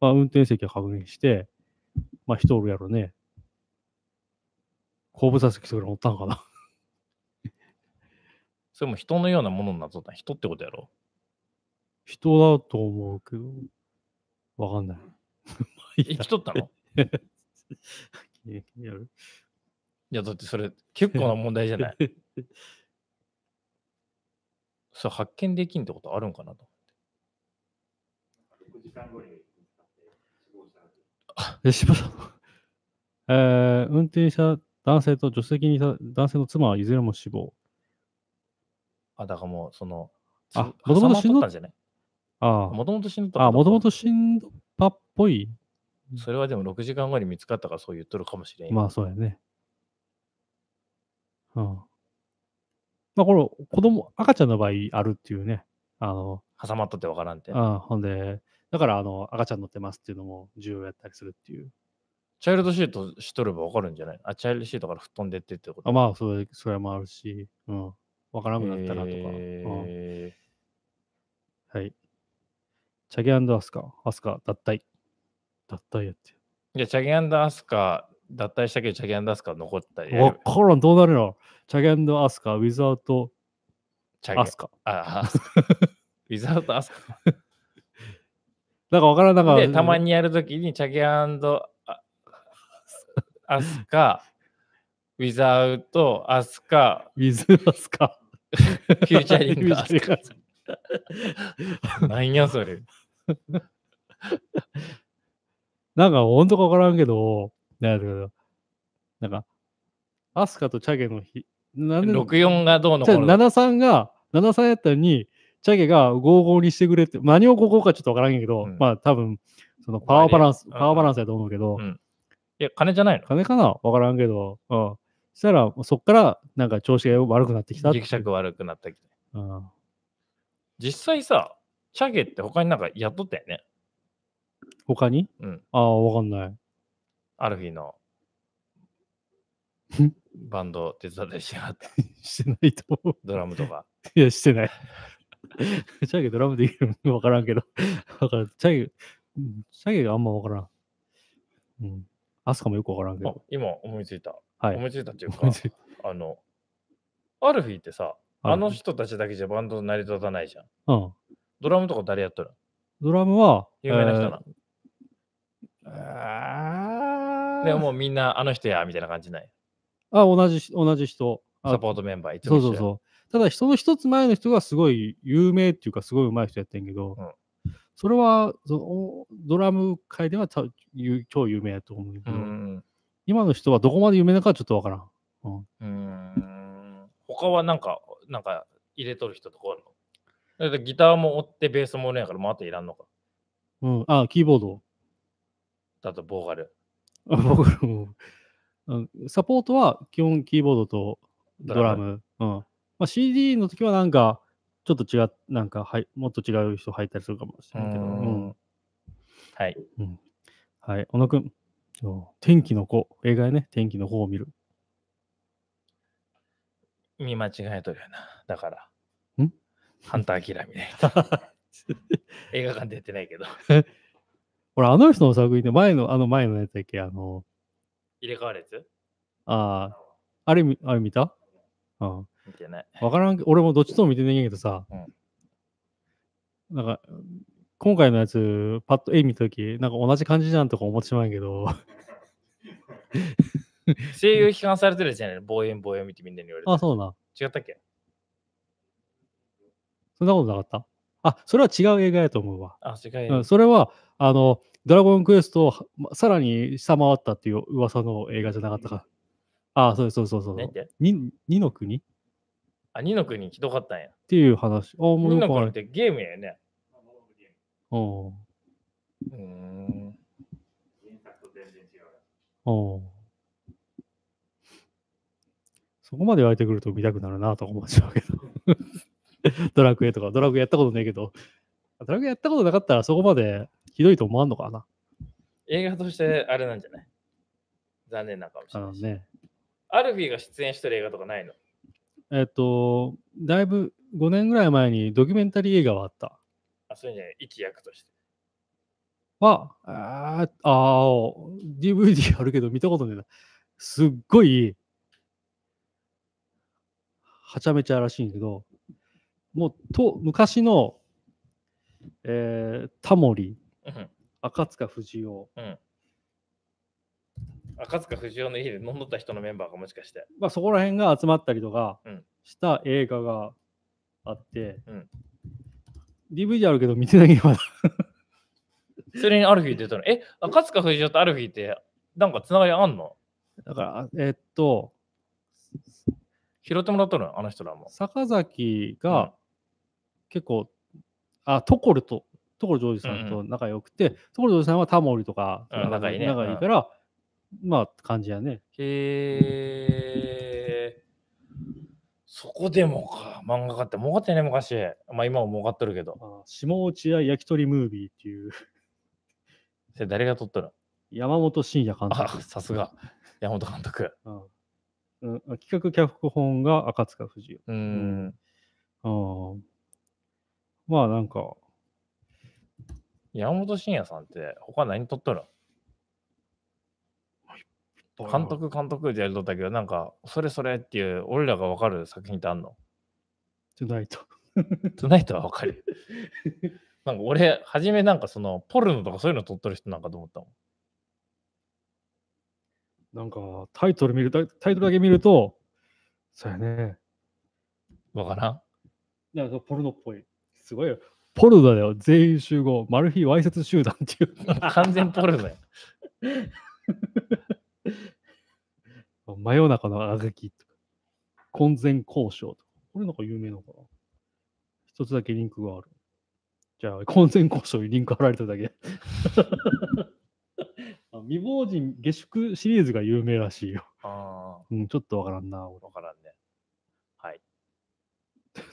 Speaker 2: まあ、運転席を確認して、まあ、人おるやろね。後部座席とかにおったんかな。
Speaker 1: それも人のようなものになっとった人ってことやろ
Speaker 2: 人だと思うけど、わかんない。まあい
Speaker 1: 生
Speaker 2: いや
Speaker 1: きとったの
Speaker 2: 気に気になる
Speaker 1: いや、だってそれ結構な問題じゃ ないそれ発見できんってことあるんかなと。
Speaker 2: え、柴田さん。 えー、運転した男性と助手席にいた男性の妻はいずれも死亡。
Speaker 1: あ、だからもうその、
Speaker 2: あ
Speaker 1: も
Speaker 2: 元
Speaker 1: と
Speaker 2: 々
Speaker 1: もと死
Speaker 2: 死ん
Speaker 1: ん
Speaker 2: ど
Speaker 1: だんじゃない
Speaker 2: あ
Speaker 1: もともと死んどった
Speaker 2: あ。あ、もとも
Speaker 1: と。
Speaker 2: と死んだっぽい。
Speaker 1: それはでも6時間後に見つかったからそう言っとるかもしれん。
Speaker 2: まあ、そうやね。うん。まあ、これ、子供、赤ちゃんの場合あるっていうね。あの、
Speaker 1: 挟まっとってわからんって。
Speaker 2: ああほんで、だからあの赤ちゃん乗ってますっていうのも重要やったりするっていう。
Speaker 1: チャイルドシートしとればわかるんじゃないあ、チャイルドシートから吹っ飛んでってってこと
Speaker 2: あまあそれ、それもあるし、うん。わからなくなったらとか。うん、
Speaker 1: へー
Speaker 2: はい。チャゲアスカ、アスカ脱退。脱退やって。
Speaker 1: いや、チャゲアスカ、脱退したけど、チャゲアスカ残ったりや
Speaker 2: わ
Speaker 1: る。
Speaker 2: からん、どうなるのチャゲンドアスカ、ウィザート
Speaker 1: チャゲ
Speaker 2: アスカ。
Speaker 1: あ、アスカウィザードアスカ。
Speaker 2: なんかわからん、なんか。
Speaker 1: で、たまにやるときに、チャゲアンドアスカ、ウィザウト、アスカ、
Speaker 2: ウィズアスカ。
Speaker 1: フューチャリングア
Speaker 2: フュ
Speaker 1: ス
Speaker 2: ーチャ
Speaker 1: カ。なんやそれ。
Speaker 2: なんか本当かわからんけど、なんだけど、なんか、アスカとチャゲの日、なんで、
Speaker 1: 64がどうの
Speaker 2: じ
Speaker 1: こ
Speaker 2: ゃあ
Speaker 1: うの。
Speaker 2: 73が、73やったのに、チャゲが55にしてくれって、何を55かちょっとわからんけど、
Speaker 1: うん
Speaker 2: まあ多分、そのパワーバランス、
Speaker 1: うん
Speaker 2: パワーバランスやと思うけど、
Speaker 1: うんいや、金じゃないの
Speaker 2: 金かなわからんけど、うん。したら、そっから、なんか調子が悪くなってきたって
Speaker 1: ギ
Speaker 2: いう
Speaker 1: クシャク悪くなったきて。
Speaker 2: うん。
Speaker 1: 実際さ、チャゲって他になんか雇ったよね。
Speaker 2: 他に
Speaker 1: うん。
Speaker 2: ああ、わかんない。
Speaker 1: アルフィーの
Speaker 2: ん
Speaker 1: バンド手伝ってしまった。
Speaker 2: してないと思う。
Speaker 1: ドラムと か。
Speaker 2: いや、してない。チャゲドラムできるのわからんけど。だから、チャゲ、うんチャゲがあんまわからん。うん。アスカもよくわからんけ
Speaker 1: あ
Speaker 2: ど。
Speaker 1: 今思いついた。
Speaker 2: はい
Speaker 1: 思いついたっていうか
Speaker 2: 思い、つい
Speaker 1: あの、アルフィーってさ、
Speaker 2: はい
Speaker 1: あの人たちだけじゃバンド成り立たないじゃん。
Speaker 2: うん。
Speaker 1: ドラムとか誰やっとるの
Speaker 2: ドラムは、
Speaker 1: 有名な人な。
Speaker 2: えー
Speaker 1: でももうみんなあの人やみたいな感じない。
Speaker 2: あ、同じ、同じ人。あ
Speaker 1: サポートメンバーいつ
Speaker 2: そ
Speaker 1: も
Speaker 2: う
Speaker 1: 一緒
Speaker 2: そう
Speaker 1: や
Speaker 2: そう。ただ、人の一つ前の人がすごい有名っていうか、すごい上手い人やってんけど、
Speaker 1: うん
Speaker 2: それはそおドラム界ではたゆ超有名やと思うけど、
Speaker 1: うん
Speaker 2: 今の人はどこまで有名なのかはちょっとわからん。
Speaker 1: うんうん。他はなんか、なんか入れとる人とかあるのだってギターも追ってベースもおるんやから、もうあといらんのか。
Speaker 2: うん、あ、キーボード。
Speaker 1: だとボーカル。
Speaker 2: あ僕らもうんサポートは基本キーボードとドラム。うんまあ、CD の時はなんか、ちょっと違う、なんか、はい、もっと違う人入ったりするかもしれないけど。うん
Speaker 1: はい。
Speaker 2: はい、小野くん。そう天気の子。映画やね、天気の子を見る。
Speaker 1: 見間違えとるよな。だから。
Speaker 2: ん
Speaker 1: ハンターキラーみ たいな。映画館出てないけど。
Speaker 2: 俺、あの人の作品で前の、あの前のやつだっけ、あの、
Speaker 1: 入れ替わるやつ
Speaker 2: ああ、あれ見、あれ見たうん。
Speaker 1: 見てない。
Speaker 2: わからんけ、俺もどっちとも見てないんやけどさ、なんか、今回のやつ、パッと絵見たとき、なんか同じ感じじゃんとか思ってしまうんやけど、
Speaker 1: 声優批判されてるじゃない望遠望遠見てみんなに言われてる。
Speaker 2: あ、そうな。
Speaker 1: 違ったっけ
Speaker 2: そんなことなかったあ、それは違う映画やと思うわ。
Speaker 1: あ、違
Speaker 2: う、。
Speaker 1: うん
Speaker 2: それは、あの、ドラゴンクエストをはまさらに下回ったっていう噂の映画じゃなかったか。あ、そうそうそうそうそ
Speaker 1: 何
Speaker 2: う。
Speaker 1: て
Speaker 2: に二の国っ
Speaker 1: あ、二の国ひどかったんや。
Speaker 2: ていう話。あ、もう
Speaker 1: 二の
Speaker 2: よくあ
Speaker 1: 国っ
Speaker 2: る。
Speaker 1: てゲームやよね。
Speaker 2: おう
Speaker 1: うーん。
Speaker 2: おうそこまで湧いてくると見たくなるなとか思っちゃうけど。 ドラクエとか、ドラクエやったことないけど、ドラクエやったことなかったらそこまでひどいと思わんのかな。
Speaker 1: 映画としてあれなんじゃない残念なのかもし
Speaker 2: あ
Speaker 1: れな
Speaker 2: の
Speaker 1: いし。
Speaker 2: ね。
Speaker 1: アルフィーが出演してる映画とかないの
Speaker 2: えっと、だいぶ5年ぐらい前にドキュメンタリー映画はあった。
Speaker 1: あ、そういうんじゃない。一役として。
Speaker 2: は、あーあー、DVD あるけど見たことないな。すっごい、はちゃめちゃらしいんやけど、もうと昔の、えー、タモリ、
Speaker 1: うん
Speaker 2: 赤塚不二夫、
Speaker 1: 赤塚不二夫の家で飲んどった人のメンバーがもしかして。
Speaker 2: まあ、そこら辺が集まったりとか
Speaker 1: うん
Speaker 2: した映画があって、
Speaker 1: うん
Speaker 2: DVD あるけど見てないけど、まだ
Speaker 1: それにアルフィー出たの。え、赤塚不二夫とアルフィーってなんかつながりあんの
Speaker 2: だから、えっと、
Speaker 1: 拾ってもらったのあの人らも。
Speaker 2: 坂崎
Speaker 1: うん
Speaker 2: が結構、あ、トコルと、トコルジョージさんと仲良くて、トコルジョージさんはタモリとか、
Speaker 1: うん仲いいね
Speaker 2: 仲いいから、まあ、感じやね。
Speaker 1: へえ。そこでもか、漫画家って儲かってね、昔。まあ今も儲かってるけど。
Speaker 2: あ下落合焼き鳥ムービーっていう、
Speaker 1: それ誰が撮ったの
Speaker 2: 山本慎也監督
Speaker 1: あ、さすが。山本監督。
Speaker 2: うんうん企画脚本が赤塚不二
Speaker 1: うーん。
Speaker 2: 夫。うんまあ、なんか、
Speaker 1: 山本慎也さんって他何撮ったの監督、監督ってやるとったけど、なんか、それそれっていう、俺らがわかる作品ってあんの
Speaker 2: じゃないと。
Speaker 1: トゥナイトはわかるよ。なんか俺、初めなんかその、ポルノとかそういうの撮ってる人なんかと思ったもん。
Speaker 2: なんか、タイトル見ると、タイトルだけ見ると、そうやね。
Speaker 1: わからん
Speaker 2: なんかポルノっぽい。すごいよ。ポルノだよ。全員集合。マル秘わいせつ集団っていう。
Speaker 1: 完全ポルノや。
Speaker 2: 真夜中のあがきとか、婚前交渉とか。これなんか有名なのかな一つだけリンクがある。じゃあ、婚前交渉にリンク貼られてるだけ。 あ未亡人下宿シリーズが有名らしいよ。
Speaker 1: あ
Speaker 2: うん、ちょっとわからんな、俺
Speaker 1: あ、わからんね。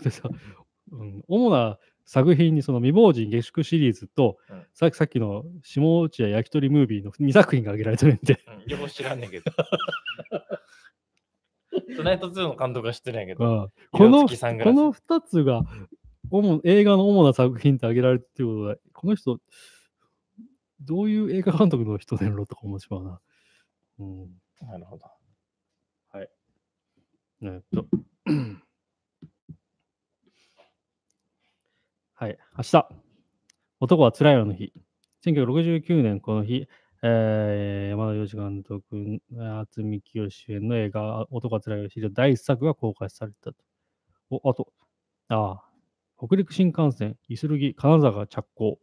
Speaker 2: でさ、うん、主な作品にその未亡人下宿シリーズと、
Speaker 1: うん
Speaker 2: さっきさっきの下内や焼き鳥ムービーの2作品が挙げられてるんで、
Speaker 1: うん、よく知らんねん けど。トゥナイト2の監督は知ってるんやけ
Speaker 2: う
Speaker 1: ど、
Speaker 2: んこの
Speaker 1: 岩
Speaker 2: こ
Speaker 1: 月さんが
Speaker 2: の2つが主映画の主な作品って挙げられてるってことで、この人、どういう映画監督の人なんだろうとか思ってしまうな。うん
Speaker 1: なるほど。
Speaker 2: えっと。 はい、明日。男はつらいよの日。1969年この日、えー、山田洋次監督、渥美清主演の映画、男はつらいよの日の第一作が公開されたと。お、あと、ああ、北陸新幹線、いするぎ、金沢着工。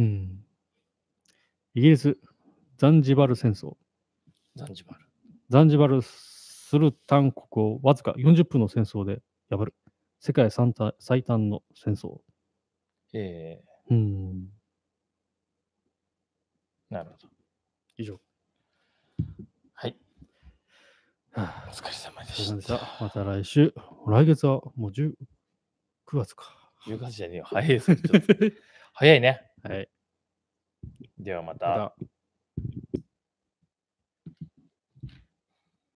Speaker 2: うん。イギリス、ザンジバル戦争。
Speaker 1: ザンジバル。
Speaker 2: ザンジバルスルタン国をわずか40分の戦争で破る。世界三大最短の戦争。
Speaker 1: ええ
Speaker 2: うん。
Speaker 1: なるほど。
Speaker 2: 以上。
Speaker 1: はい。
Speaker 2: は
Speaker 1: お疲れ様で
Speaker 2: あ、
Speaker 1: し
Speaker 2: でした
Speaker 1: た。
Speaker 2: また来週。来月はもう10 9月か。
Speaker 1: 10月じゃねえよ。早いですよちょっと早いね。
Speaker 2: はい。
Speaker 1: ではま
Speaker 2: ま
Speaker 1: た
Speaker 2: た。